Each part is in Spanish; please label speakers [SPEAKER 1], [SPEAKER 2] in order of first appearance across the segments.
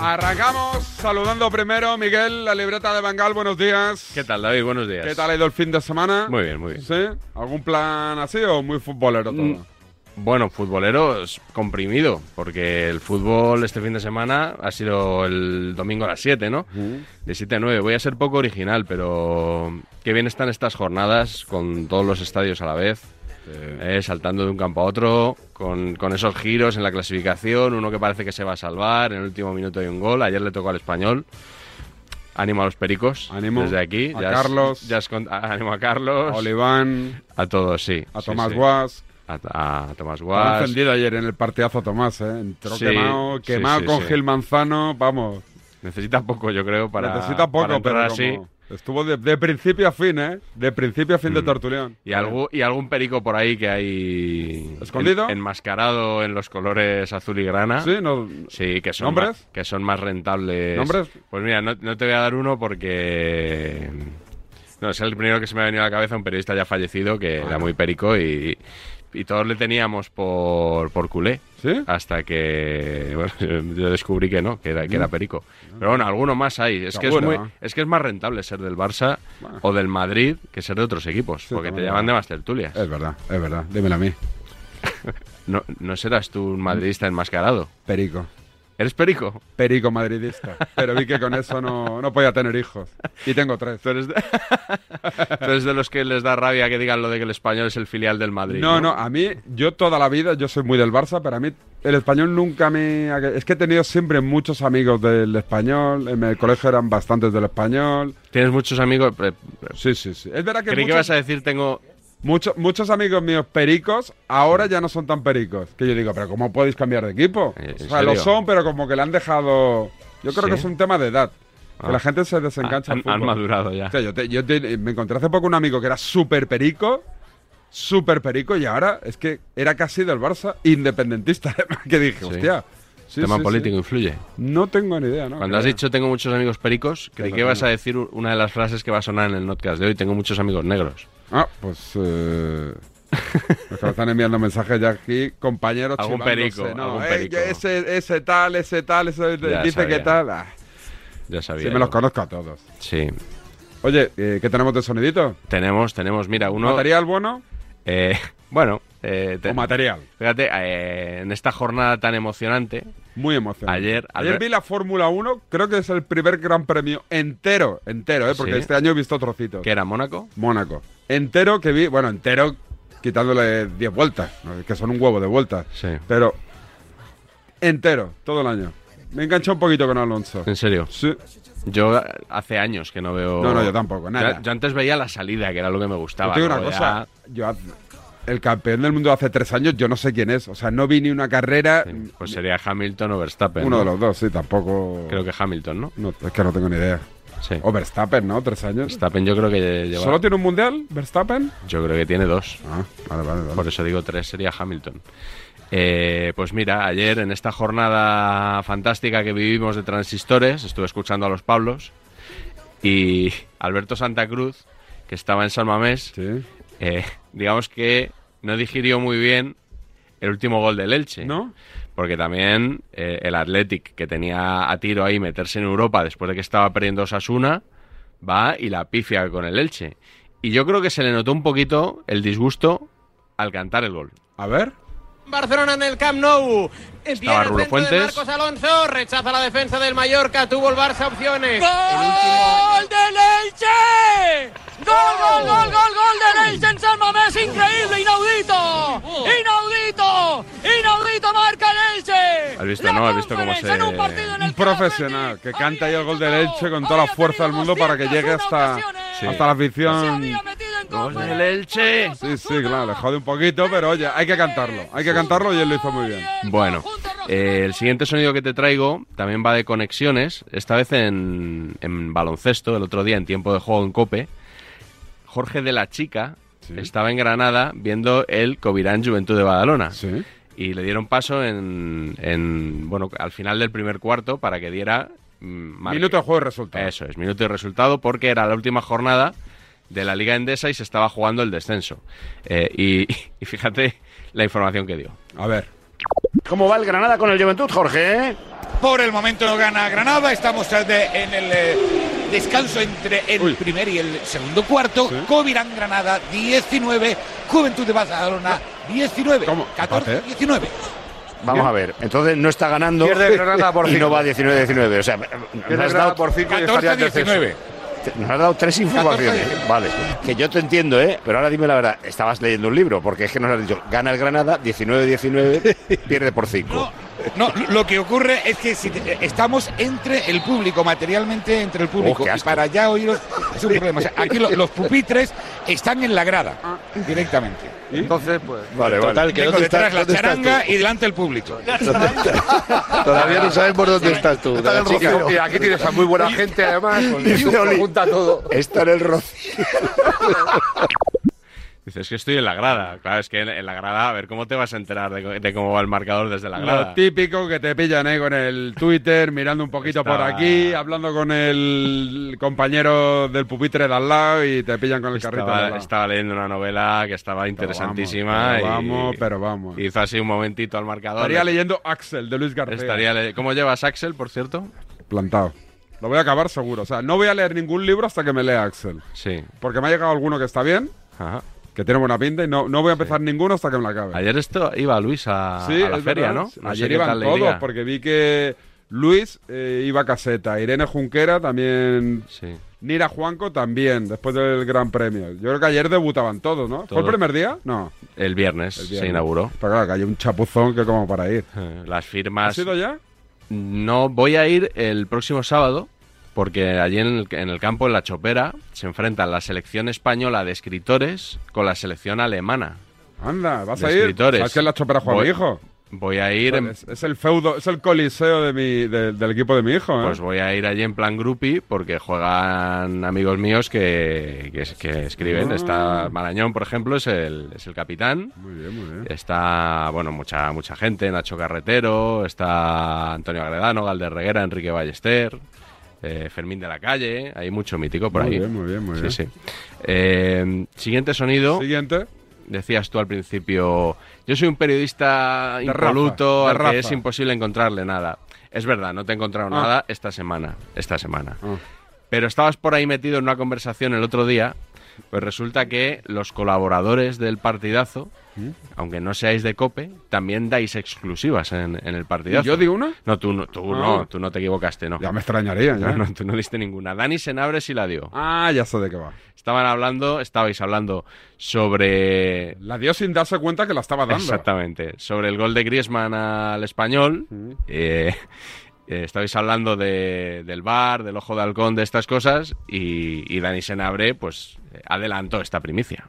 [SPEAKER 1] Arrancamos saludando primero, Miguel, la libreta de Bangal, buenos días.
[SPEAKER 2] ¿Qué tal, David? Buenos días.
[SPEAKER 1] ¿Qué tal ha ido el fin de semana?
[SPEAKER 2] Muy bien, muy bien. Mm,
[SPEAKER 1] ¿Sí? ¿Algún plan así o muy futbolero todo?
[SPEAKER 2] Bueno, futboleros comprimido, porque el fútbol este fin de semana ha sido el domingo a las 7, ¿no? De 7 a 9. Voy a ser poco original, pero qué bien están estas jornadas con todos los estadios a la vez, eh, saltando de un campo a otro, con, con esos giros en la clasificación, uno que parece que se va a salvar, en el último minuto hay un gol, ayer le tocó al español. Ánimo a los pericos.
[SPEAKER 1] Ánimo
[SPEAKER 2] Desde aquí.
[SPEAKER 1] a
[SPEAKER 2] es-
[SPEAKER 1] Carlos.
[SPEAKER 2] ya es con- a- ánimo a Carlos.
[SPEAKER 1] A Oliván,
[SPEAKER 2] A todos, sí.
[SPEAKER 1] a
[SPEAKER 2] Sí,
[SPEAKER 1] Tomás
[SPEAKER 2] sí.
[SPEAKER 1] Guas.
[SPEAKER 2] A, a Tomás
[SPEAKER 1] Estaba
[SPEAKER 2] Guas.
[SPEAKER 1] encendido ayer en el partidazo Tomás, ¿eh? Entró
[SPEAKER 2] Sí,
[SPEAKER 1] quemado,
[SPEAKER 2] sí,
[SPEAKER 1] quemado
[SPEAKER 2] sí,
[SPEAKER 1] con
[SPEAKER 2] sí.
[SPEAKER 1] Gil Manzano, vamos.
[SPEAKER 2] Necesita poco, yo creo, para.
[SPEAKER 1] necesita poco,
[SPEAKER 2] para entrar
[SPEAKER 1] pero
[SPEAKER 2] así.
[SPEAKER 1] como estuvo de, de principio a fin, ¿eh? De principio a fin
[SPEAKER 2] Mm.
[SPEAKER 1] de Tortulión.
[SPEAKER 2] Y, algo, y algún perico por ahí que hay.
[SPEAKER 1] ¿Escondido?
[SPEAKER 2] en- enmascarado en los colores azul y grana.
[SPEAKER 1] Sí, no-
[SPEAKER 2] Sí, que son,
[SPEAKER 1] ¿Nombres?
[SPEAKER 2] más, que son más rentables.
[SPEAKER 1] ¿Nombres?
[SPEAKER 2] Pues mira, no, no te voy a dar uno porque. No, es el primero que se me ha venido a la cabeza, un periodista ya fallecido que era muy perico y, y todos le teníamos por, por culé.
[SPEAKER 1] ¿Sí?
[SPEAKER 2] Hasta que bueno, yo descubrí que no, que era,
[SPEAKER 1] Mm.
[SPEAKER 2] que era perico. Pero bueno, alguno más hay. Es que es,
[SPEAKER 1] Seguro.
[SPEAKER 2] muy- es que es más rentable ser del Barça
[SPEAKER 1] Bueno.
[SPEAKER 2] o del Madrid que ser de otros equipos, porque te
[SPEAKER 1] también,
[SPEAKER 2] llaman de más tertulias.
[SPEAKER 1] Es verdad, es verdad. Dímelo a mí.
[SPEAKER 2] No, no serás tú un madridista enmascarado.
[SPEAKER 1] Perico.
[SPEAKER 2] ¿Eres perico?
[SPEAKER 1] Perico madridista. Pero vi que con eso no, no podía tener hijos. Y tengo tres.
[SPEAKER 2] Tú eres, de... tú eres de los que les da rabia que digan lo de que el español es el filial del Madrid.
[SPEAKER 1] No, no, a mí, yo toda la vida, yo soy muy del Barça, pero a mí el español nunca me... Es que he tenido siempre muchos amigos del español, en el colegio eran bastantes del español.
[SPEAKER 2] Tienes muchos amigos. eh,
[SPEAKER 1] Sí, sí, sí. Es verdad que,
[SPEAKER 2] Creí que
[SPEAKER 1] muchos,
[SPEAKER 2] vas a decir tengo.
[SPEAKER 1] muchos- muchos amigos míos pericos ahora ya no son tan pericos. Que yo digo, pero ¿cómo podéis cambiar de equipo?
[SPEAKER 2] Eh, ¿En
[SPEAKER 1] O sea, lo
[SPEAKER 2] serio?
[SPEAKER 1] son, pero como que le han dejado... Yo creo
[SPEAKER 2] ¿Sí?
[SPEAKER 1] que es un tema de edad. Que
[SPEAKER 2] Ah.
[SPEAKER 1] la gente se desengancha.
[SPEAKER 2] han,
[SPEAKER 1] al
[SPEAKER 2] han
[SPEAKER 1] fútbol.
[SPEAKER 2] madurado ya.
[SPEAKER 1] O sea, yo, te- yo te- me encontré hace poco un amigo que era súper perico, súper perico, y ahora es que era casi del Barça, independentista, además, que dije,
[SPEAKER 2] Sí.
[SPEAKER 1] hostia. sí,
[SPEAKER 2] ¿Tema
[SPEAKER 1] sí, sí.
[SPEAKER 2] político influye?
[SPEAKER 1] No tengo ni idea, ¿no?
[SPEAKER 2] Cuando has
[SPEAKER 1] Creo.
[SPEAKER 2] dicho tengo muchos amigos pericos, creí
[SPEAKER 1] lo
[SPEAKER 2] que vas
[SPEAKER 1] tengo.
[SPEAKER 2] a decir u- una de las frases que va a sonar en el podcast de hoy. Tengo muchos amigos negros.
[SPEAKER 1] Ah, pues. Eh... los que me están enviando mensajes ya aquí, compañeros
[SPEAKER 2] Algún
[SPEAKER 1] chivándose,
[SPEAKER 2] perico,
[SPEAKER 1] ¿no?
[SPEAKER 2] algún
[SPEAKER 1] "Eh,
[SPEAKER 2] perico".
[SPEAKER 1] ese, ese tal, ese tal, ese
[SPEAKER 2] Ya
[SPEAKER 1] dice
[SPEAKER 2] sabía.
[SPEAKER 1] que tal. Ah,
[SPEAKER 2] Ya sabía.
[SPEAKER 1] sí, me
[SPEAKER 2] yo.
[SPEAKER 1] los conozco a todos.
[SPEAKER 2] Sí.
[SPEAKER 1] Oye, eh, ¿qué tenemos de sonidito?
[SPEAKER 2] Tenemos, tenemos, mira, uno.
[SPEAKER 1] ¿Material bueno
[SPEAKER 2] eh, bueno, eh, te-
[SPEAKER 1] o material?
[SPEAKER 2] fíjate, eh, en esta jornada tan emocionante,
[SPEAKER 1] Muy emocionante.
[SPEAKER 2] Ayer-
[SPEAKER 1] Ayer
[SPEAKER 2] Albert-
[SPEAKER 1] vi la Fórmula 1, creo que es el primer gran premio entero, entero, ¿eh? porque
[SPEAKER 2] Sí.
[SPEAKER 1] este año he visto trocitos.
[SPEAKER 2] que era Mónaco,
[SPEAKER 1] Mónaco. Entero que vi, bueno, entero quitándole 10 vueltas, ¿no? que son un huevo de vueltas.
[SPEAKER 2] Sí.
[SPEAKER 1] Pero entero, todo el año. Me enganchó un poquito con Alonso.
[SPEAKER 2] en serio.
[SPEAKER 1] Sí.
[SPEAKER 2] Yo eh, hace años que no veo.
[SPEAKER 1] No, no, yo tampoco, nada.
[SPEAKER 2] Yo, yo antes veía la salida, que era lo que me gustaba.
[SPEAKER 1] Yo te digo
[SPEAKER 2] ¿no?
[SPEAKER 1] una
[SPEAKER 2] Ya-
[SPEAKER 1] cosa. Yo haz- el campeón del mundo hace tres años, yo no sé quién es. O sea, no vi ni una carrera.
[SPEAKER 2] Pues sería Hamilton o Verstappen.
[SPEAKER 1] Mm, uno
[SPEAKER 2] ¿no?
[SPEAKER 1] de los dos, sí, tampoco.
[SPEAKER 2] Creo que Hamilton, ¿no?
[SPEAKER 1] No, es que no tengo ni idea.
[SPEAKER 2] Sí.
[SPEAKER 1] O Verstappen, ¿no? Tres años.
[SPEAKER 2] Verstappen yo creo que lleva.
[SPEAKER 1] ¿Solo tiene un mundial, Verstappen?
[SPEAKER 2] Yo creo que tiene dos.
[SPEAKER 1] Ah, vale, vale, vale.
[SPEAKER 2] Por eso digo tres, sería Hamilton. Eh, pues mira, ayer en esta jornada fantástica que vivimos de transistores, estuve escuchando a los Pablos y Alberto Santa Cruz, que estaba en San Mamés,
[SPEAKER 1] Sí.
[SPEAKER 2] eh, digamos que no digirió muy bien el último gol del Elche.
[SPEAKER 1] ¿No?
[SPEAKER 2] Porque también eh, el Athletic, que tenía a tiro ahí meterse en Europa después de que estaba perdiendo Osasuna, va y la pifia con el Elche. Y yo creo que se le notó un poquito el disgusto al cantar el gol.
[SPEAKER 1] A ver.
[SPEAKER 3] Barcelona en el Camp Nou. Envía
[SPEAKER 2] Estaba
[SPEAKER 3] el
[SPEAKER 2] Rulo
[SPEAKER 3] centro de
[SPEAKER 2] Fuentes.
[SPEAKER 3] Marcos Alonso rechaza la defensa del Mallorca. Tuvo el Barça opciones.
[SPEAKER 4] ¡Gol del Elche! ¡Gol, gol, gol, gol, gol del Elche en San Mamés! ¡Increíble, inaudito! ¡Inaudito! ¡Inaudito marca el Elche!
[SPEAKER 2] ¿Has visto,
[SPEAKER 4] La
[SPEAKER 2] no? ¿Has visto cómo
[SPEAKER 4] conference
[SPEAKER 2] se-
[SPEAKER 4] en un partido en el
[SPEAKER 1] Un
[SPEAKER 4] que la
[SPEAKER 1] profesional
[SPEAKER 4] Atleti
[SPEAKER 1] que canta ahí el gol del
[SPEAKER 4] había
[SPEAKER 1] Elche con toda
[SPEAKER 4] anotado,
[SPEAKER 1] la fuerza del
[SPEAKER 4] había
[SPEAKER 1] mundo para que
[SPEAKER 4] tenido
[SPEAKER 1] llegue hasta,
[SPEAKER 4] 201 ocasiones,
[SPEAKER 2] Sí.
[SPEAKER 1] hasta la
[SPEAKER 4] se
[SPEAKER 1] afición.
[SPEAKER 4] había metido en
[SPEAKER 2] Gol
[SPEAKER 4] conference
[SPEAKER 2] del Elche.
[SPEAKER 4] con
[SPEAKER 1] Sí, sí,
[SPEAKER 4] Osasuna.
[SPEAKER 1] claro, dejado un poquito, pero oye, hay que cantarlo. Hay que cantarlo y él lo hizo muy bien.
[SPEAKER 2] Bueno, eh, el siguiente sonido que te traigo también va de conexiones, esta vez en, en baloncesto, el otro día en tiempo de juego en Cope. Jorge de la Chica
[SPEAKER 1] Sí.
[SPEAKER 2] estaba en Granada viendo el Covirán Juventud de Badalona.
[SPEAKER 1] Sí.
[SPEAKER 2] y le dieron paso en, en, bueno al final del primer cuarto para que diera mm, marque.
[SPEAKER 1] Minuto de juego y resultado.
[SPEAKER 2] eso es minuto y resultado porque era la última jornada de la Liga Endesa y se estaba jugando el descenso Eh, y, y fíjate la información que dio
[SPEAKER 1] A ver.
[SPEAKER 5] ¿Cómo va el Granada con el Juventud, Jorge?
[SPEAKER 6] Por el momento no gana Granada, estamos de- en el eh, descanso entre el
[SPEAKER 1] Uy.
[SPEAKER 6] primer y el segundo cuarto. Covirán Granada 19, Juventud de Badalona 19,
[SPEAKER 1] ¿Cómo?
[SPEAKER 6] 14
[SPEAKER 1] Empate.
[SPEAKER 6] 19.
[SPEAKER 5] Vamos a ver, entonces no está ganando
[SPEAKER 7] Pierde Granada por
[SPEAKER 5] y no
[SPEAKER 7] cinco.
[SPEAKER 5] va 19-19. O sea, nos
[SPEAKER 7] Pierde
[SPEAKER 5] has,
[SPEAKER 7] Granada
[SPEAKER 5] dado,
[SPEAKER 7] por 5 y
[SPEAKER 6] 14
[SPEAKER 7] estaría en descenso.
[SPEAKER 6] 19.
[SPEAKER 5] te- nos has dado tres informaciones. Vale, que yo te entiendo, ¿eh? Pero ahora dime la verdad, estabas leyendo un libro, porque es que nos has dicho, gana el Granada 19-19, pierde por 5.
[SPEAKER 6] No, no, lo que ocurre es que si te- estamos entre el público, materialmente entre el público.
[SPEAKER 5] Oh, qué
[SPEAKER 6] y
[SPEAKER 5] asco.
[SPEAKER 6] para allá oíros es un problema. O sea, aquí lo- los pupitres están en la grada directamente.
[SPEAKER 7] Entonces, pues.
[SPEAKER 5] Vale,
[SPEAKER 8] Total, que
[SPEAKER 6] Tengo
[SPEAKER 8] ¿dónde
[SPEAKER 6] detrás
[SPEAKER 8] estás,
[SPEAKER 6] la
[SPEAKER 8] dónde estás tú?
[SPEAKER 6] charanga y delante el público.
[SPEAKER 8] Todavía no sabemos dónde estás tú. de
[SPEAKER 7] Está
[SPEAKER 8] la
[SPEAKER 7] el
[SPEAKER 8] chica.
[SPEAKER 7] Rocío. Y aquí tienes a muy buena gente, además.
[SPEAKER 5] Dice
[SPEAKER 7] Tú
[SPEAKER 5] Oli.
[SPEAKER 7] pregunta todo.
[SPEAKER 5] Está en el Rocío.
[SPEAKER 2] Dices que estoy en la grada. Claro, es que en, en la grada, a ver, ¿cómo te vas a enterar de, co- de cómo va el marcador desde la grada?
[SPEAKER 1] Lo típico que te pillan ¿eh? con el Twitter, mirando un poquito
[SPEAKER 2] Está-
[SPEAKER 1] por aquí, hablando con el compañero del pupitre de al lado y te pillan con el carrito. de al
[SPEAKER 2] Estaba,
[SPEAKER 1] lado.
[SPEAKER 2] estaba leyendo una novela que estaba interesantísima.
[SPEAKER 1] Pero vamos,
[SPEAKER 2] y
[SPEAKER 1] pero vamos.
[SPEAKER 2] Hizo así un momentito al marcador.
[SPEAKER 1] Estaría leyendo Axel de Luis García.
[SPEAKER 2] Estaría le- ¿Cómo llevas Axel, por cierto?
[SPEAKER 1] plantado. Lo voy a acabar seguro. O sea, no voy a leer ningún libro hasta que me lea Axel.
[SPEAKER 2] Sí.
[SPEAKER 1] Porque me ha llegado alguno que está bien,
[SPEAKER 2] Ajá.
[SPEAKER 1] que tiene buena pinta y no, no voy a empezar ninguno hasta que me la acabe.
[SPEAKER 2] Ayer esto iba Luis a,
[SPEAKER 1] Sí,
[SPEAKER 2] a la
[SPEAKER 1] es
[SPEAKER 2] feria,
[SPEAKER 1] verdad.
[SPEAKER 2] ¿no? No sé
[SPEAKER 1] Ayer
[SPEAKER 2] qué
[SPEAKER 1] iban
[SPEAKER 2] tal le
[SPEAKER 1] todos,
[SPEAKER 2] iría.
[SPEAKER 1] porque vi que Luis eh, iba a caseta, Irene Junquera también,
[SPEAKER 2] Sí.
[SPEAKER 1] Nira Juanco también, después del Gran Premio. Yo creo que ayer debutaban todos, ¿no? ¿Fue el
[SPEAKER 2] Todos.
[SPEAKER 1] primer día? No.
[SPEAKER 2] El viernes,
[SPEAKER 1] el
[SPEAKER 2] se
[SPEAKER 1] viernes.
[SPEAKER 2] inauguró.
[SPEAKER 1] Pero claro, que hay un chapuzón que como para ir.
[SPEAKER 2] Eh, Las
[SPEAKER 1] ¿Has
[SPEAKER 2] firmas.
[SPEAKER 1] sido ya?
[SPEAKER 2] No voy a ir el próximo sábado, porque allí en el, en el campo, en la Chopera, se enfrentan la selección española de escritores con la selección alemana.
[SPEAKER 1] Anda, vas
[SPEAKER 2] de
[SPEAKER 1] a ir.
[SPEAKER 2] escritores.
[SPEAKER 1] ¿Sabes que en la chopera juega
[SPEAKER 2] Voy-
[SPEAKER 1] mi hijo?
[SPEAKER 2] Voy a ir en-
[SPEAKER 1] Es, es el feudo, es el coliseo de mi, de- del equipo de mi hijo, ¿eh?
[SPEAKER 2] Pues voy a ir allí en plan grupi porque juegan amigos míos que, que, es- que escriben.
[SPEAKER 1] Ah.
[SPEAKER 2] Está Marañón, por ejemplo, es el, es el capitán.
[SPEAKER 1] Muy bien, muy bien.
[SPEAKER 2] Está, bueno, mucha mucha gente, Nacho Carretero, está Antonio Agredano, Galder Reguera, Enrique Ballester, eh, Fermín de la Calle, hay mucho mítico por
[SPEAKER 1] Muy
[SPEAKER 2] ahí.
[SPEAKER 1] bien, muy bien, muy bien.
[SPEAKER 2] Sí, sí. Eh, siguiente sonido,
[SPEAKER 1] Siguiente.
[SPEAKER 2] decías tú al principio, yo soy un periodista
[SPEAKER 1] De Rafa,
[SPEAKER 2] impoluto
[SPEAKER 1] de
[SPEAKER 2] al
[SPEAKER 1] Rafa.
[SPEAKER 2] que es imposible encontrarle nada. Es verdad, no te he encontrado
[SPEAKER 1] Ah.
[SPEAKER 2] nada esta semana, esta semana.
[SPEAKER 1] Ah.
[SPEAKER 2] Pero estabas por ahí metido en una conversación el otro día, pues resulta que los colaboradores del partidazo,
[SPEAKER 1] ¿Mm?
[SPEAKER 2] aunque no seáis de COPE, también dais exclusivas en, en el partidazo.
[SPEAKER 1] ¿Y yo digo una?
[SPEAKER 2] No, tú, no, tú
[SPEAKER 1] Ah.
[SPEAKER 2] no, tú no te equivocaste, no.
[SPEAKER 1] Ya me extrañaría, ya.
[SPEAKER 2] No, no, tú no diste ninguna. Dani Senabre sí la dio.
[SPEAKER 1] Ah, ya sé de qué va.
[SPEAKER 2] Estaban hablando, estabais hablando sobre
[SPEAKER 1] La dio sin darse cuenta que la estaba dando.
[SPEAKER 2] Exactamente. Sobre el gol de Griezmann al español, eh, eh, estabais hablando de- del bar, del ojo de halcón, de estas cosas, y, y Dani Senabre, pues, eh, adelantó esta primicia.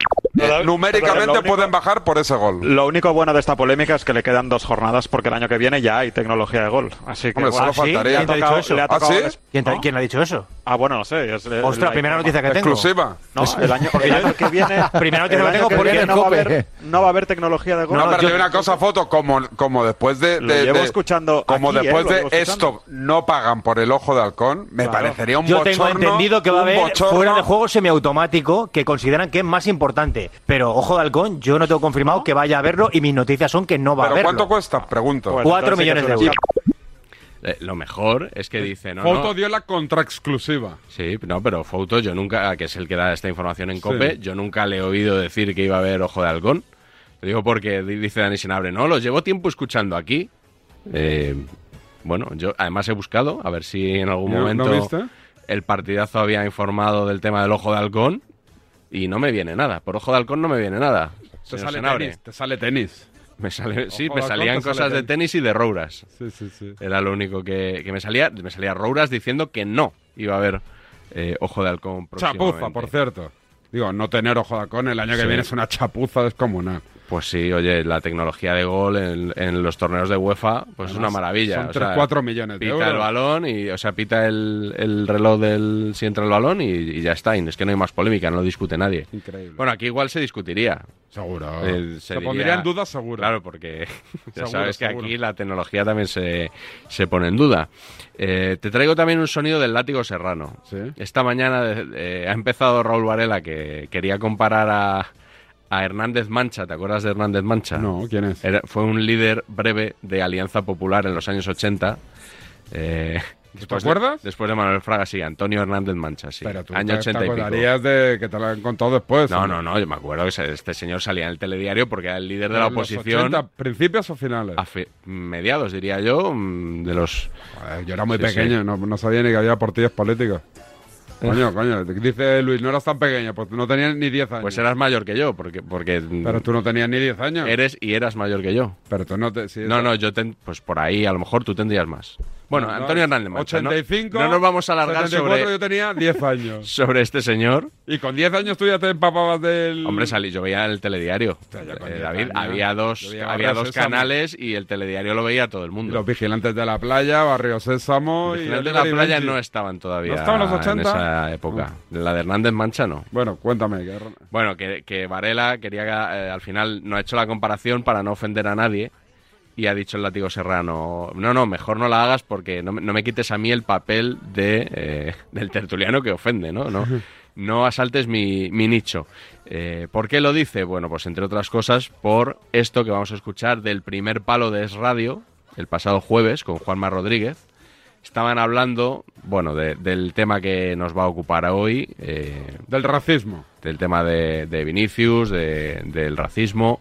[SPEAKER 1] Eh,
[SPEAKER 9] Pero lo
[SPEAKER 10] numéricamente
[SPEAKER 9] único-
[SPEAKER 10] pueden bajar por ese gol.
[SPEAKER 9] Lo único bueno de esta polémica es que le quedan dos jornadas porque el año que viene ya hay tecnología de gol. Así que
[SPEAKER 10] Hombre,
[SPEAKER 9] bueno,
[SPEAKER 10] solo faltaría.
[SPEAKER 9] le ha tocado- le ha
[SPEAKER 10] ¿Ah,
[SPEAKER 9] tocado-
[SPEAKER 10] sí?
[SPEAKER 7] ¿Quién, te- quién le ha dicho eso?
[SPEAKER 9] Ah, bueno, no sé. es- es-
[SPEAKER 7] Ostras,
[SPEAKER 9] la-
[SPEAKER 7] primera noticia que tengo.
[SPEAKER 10] Exclusiva.
[SPEAKER 9] No, el año, el año que viene.
[SPEAKER 7] Primera noticia
[SPEAKER 9] el
[SPEAKER 7] que
[SPEAKER 9] año
[SPEAKER 7] tengo
[SPEAKER 9] que
[SPEAKER 7] porque
[SPEAKER 9] viene
[SPEAKER 7] en
[SPEAKER 9] no va, a
[SPEAKER 7] COPE.
[SPEAKER 9] haber, no va a haber tecnología de gol.
[SPEAKER 10] No,
[SPEAKER 7] No,
[SPEAKER 10] pero
[SPEAKER 7] yo-
[SPEAKER 10] te digo una cosa, foto, como, como después de,
[SPEAKER 9] Lo
[SPEAKER 10] de-
[SPEAKER 9] llevo
[SPEAKER 10] de-
[SPEAKER 9] escuchando
[SPEAKER 10] como
[SPEAKER 9] aquí, ¿eh?
[SPEAKER 10] después
[SPEAKER 9] Lo llevo
[SPEAKER 10] de
[SPEAKER 9] escuchando.
[SPEAKER 10] esto no pagan por el ojo de halcón, me
[SPEAKER 9] Claro.
[SPEAKER 10] parecería un
[SPEAKER 7] Yo
[SPEAKER 10] bochorno.
[SPEAKER 7] tengo entendido que va a
[SPEAKER 10] un
[SPEAKER 7] haber
[SPEAKER 10] bochorno.
[SPEAKER 7] fuera de juego semiautomático que consideran que es más importante. Pero ojo de halcón, yo no tengo confirmado que vaya a verlo y mis noticias son que no va a
[SPEAKER 10] Pero
[SPEAKER 7] verlo.
[SPEAKER 10] ¿cuánto cuesta? Pregunto.
[SPEAKER 9] Pues
[SPEAKER 7] Cuatro
[SPEAKER 9] entonces sí que
[SPEAKER 7] millones de
[SPEAKER 9] es
[SPEAKER 7] euros.
[SPEAKER 9] una-
[SPEAKER 2] Eh, lo mejor es que dice, no, no,
[SPEAKER 1] Foto dio la contraexclusiva.
[SPEAKER 2] Sí, no, pero Fouto, yo nunca, que es el que da esta información en COPE,
[SPEAKER 1] Sí.
[SPEAKER 2] yo nunca le he oído decir que iba a haber ojo de halcón. Lo digo porque di- dice Dani Sinabre, no, los llevo tiempo escuchando aquí. Eh, bueno, yo además he buscado a ver si en algún
[SPEAKER 1] ¿No- no
[SPEAKER 2] momento
[SPEAKER 1] viste?
[SPEAKER 2] el partidazo había informado del tema del ojo de halcón y no me viene nada. Por ojo de halcón no me viene nada.
[SPEAKER 1] Te
[SPEAKER 2] señor
[SPEAKER 1] sale
[SPEAKER 2] Sinabre.
[SPEAKER 1] tenis. Te sale tenis.
[SPEAKER 2] Me sale- sí,
[SPEAKER 1] Ojo
[SPEAKER 2] me
[SPEAKER 1] de halcón,
[SPEAKER 2] salían
[SPEAKER 1] te sale
[SPEAKER 2] cosas de
[SPEAKER 1] tenis.
[SPEAKER 2] tenis y de Rouras.
[SPEAKER 1] Sí, sí, sí.
[SPEAKER 2] Era lo único que, que me salía. Me salía Rouras diciendo que no iba a haber eh, Ojo de Halcón próximamente.
[SPEAKER 1] Chapuza, por cierto. Digo, no tener ojo de halcón el año que
[SPEAKER 2] Sí.
[SPEAKER 1] viene es una chapuza descomunal.
[SPEAKER 2] Pues sí, oye, la tecnología de gol en, en los torneos de UEFA pues es una maravilla.
[SPEAKER 1] son
[SPEAKER 2] o
[SPEAKER 1] tres,
[SPEAKER 2] sea,
[SPEAKER 1] cuatro millones de
[SPEAKER 2] Pita
[SPEAKER 1] euros.
[SPEAKER 2] el balón y, o sea, pita el, el reloj del si entra el balón y, y ya está. Y es que no hay más polémica, no lo discute nadie.
[SPEAKER 1] Increíble.
[SPEAKER 2] Bueno, aquí igual se discutiría.
[SPEAKER 1] seguro.
[SPEAKER 2] Eh,
[SPEAKER 1] se
[SPEAKER 2] diría-
[SPEAKER 1] pondría en duda, seguro.
[SPEAKER 2] Claro, porque ya
[SPEAKER 1] Seguro,
[SPEAKER 2] sabes que
[SPEAKER 1] seguro.
[SPEAKER 2] aquí la tecnología también se, se pone en duda. Eh, te traigo también un sonido del látigo serrano.
[SPEAKER 1] Sí.
[SPEAKER 2] eh, Esta mañana eh, ha empezado Raúl Varela que quería comparar a, a Hernández Mancha. ¿Te acuerdas de Hernández Mancha?
[SPEAKER 1] No, ¿quién es?
[SPEAKER 2] Era- fue un líder breve de Alianza Popular en los años 80. Eh, después de-
[SPEAKER 1] acuerdas?
[SPEAKER 2] después de Manuel Fraga, sí, Antonio Hernández Mancha, sí.
[SPEAKER 1] Pero tú
[SPEAKER 2] Año
[SPEAKER 1] te,
[SPEAKER 2] 80
[SPEAKER 1] te
[SPEAKER 2] y pico.
[SPEAKER 1] acordarías de Eh, que te lo han contado después.
[SPEAKER 2] No, no, no, yo me acuerdo que se- este señor salía en el telediario porque era el líder de la
[SPEAKER 1] En los
[SPEAKER 2] oposición
[SPEAKER 1] 80, ¿Principios o finales?
[SPEAKER 2] a fe- mediados, diría yo, mm, de los...
[SPEAKER 1] yo era Muy pequeño, no, no sabía ni que había partidos políticos. Coño, coño, dice Luis, no eras tan pequeño, pues no tenías ni 10 años.
[SPEAKER 2] Pues eras mayor que yo, porque... porque mm,
[SPEAKER 1] Pero tú no tenías ni 10 años.
[SPEAKER 2] Eres y eras mayor que yo.
[SPEAKER 1] Pero tú no te... sí,
[SPEAKER 2] no, no, yo ten- pues por ahí a lo mejor tú tendrías más. Bueno,
[SPEAKER 1] No,
[SPEAKER 2] Antonio Hernández Mancha, ¿no?
[SPEAKER 1] 85,
[SPEAKER 2] No, nos vamos a alargar
[SPEAKER 1] 74,
[SPEAKER 2] sobre,
[SPEAKER 1] yo tenía 10 años.
[SPEAKER 2] sobre este señor.
[SPEAKER 1] Y con 10 años tú ya te empapabas del...
[SPEAKER 2] Hombre, salí, yo veía el telediario. Eh, David,
[SPEAKER 1] años.
[SPEAKER 2] había dos,
[SPEAKER 1] Yo veía
[SPEAKER 2] había
[SPEAKER 1] Barrio
[SPEAKER 2] dos
[SPEAKER 1] Sésamo.
[SPEAKER 2] canales y el telediario lo veía todo el
[SPEAKER 1] Y
[SPEAKER 2] mundo.
[SPEAKER 1] Los vigilantes de la playa, Barrio Sésamo... y
[SPEAKER 2] Vigilantes de la
[SPEAKER 1] Oliver y
[SPEAKER 2] playa
[SPEAKER 1] Benji.
[SPEAKER 2] no estaban todavía
[SPEAKER 1] ¿No estaban los 80?
[SPEAKER 2] en esa época. La de Hernández Mancha no.
[SPEAKER 1] Bueno, cuéntame. que-
[SPEAKER 2] Bueno, que, que Varela quería eh, al final no ha hecho la comparación para no ofender a nadie y ha dicho el látigo serrano, no, no, mejor no la hagas porque no, me- no me quites a mí el papel de, eh, del tertuliano que ofende, ¿no? No, no asaltes mi, mi nicho. Eh, ¿Por qué lo dice? Bueno, pues entre otras cosas por esto que vamos a escuchar del primer palo de Es Radio el pasado jueves con Juanma Rodríguez. Estaban hablando, bueno, de- del tema que nos va a ocupar hoy. eh,
[SPEAKER 1] del racismo.
[SPEAKER 2] Del tema de, de Vinicius, de- del racismo.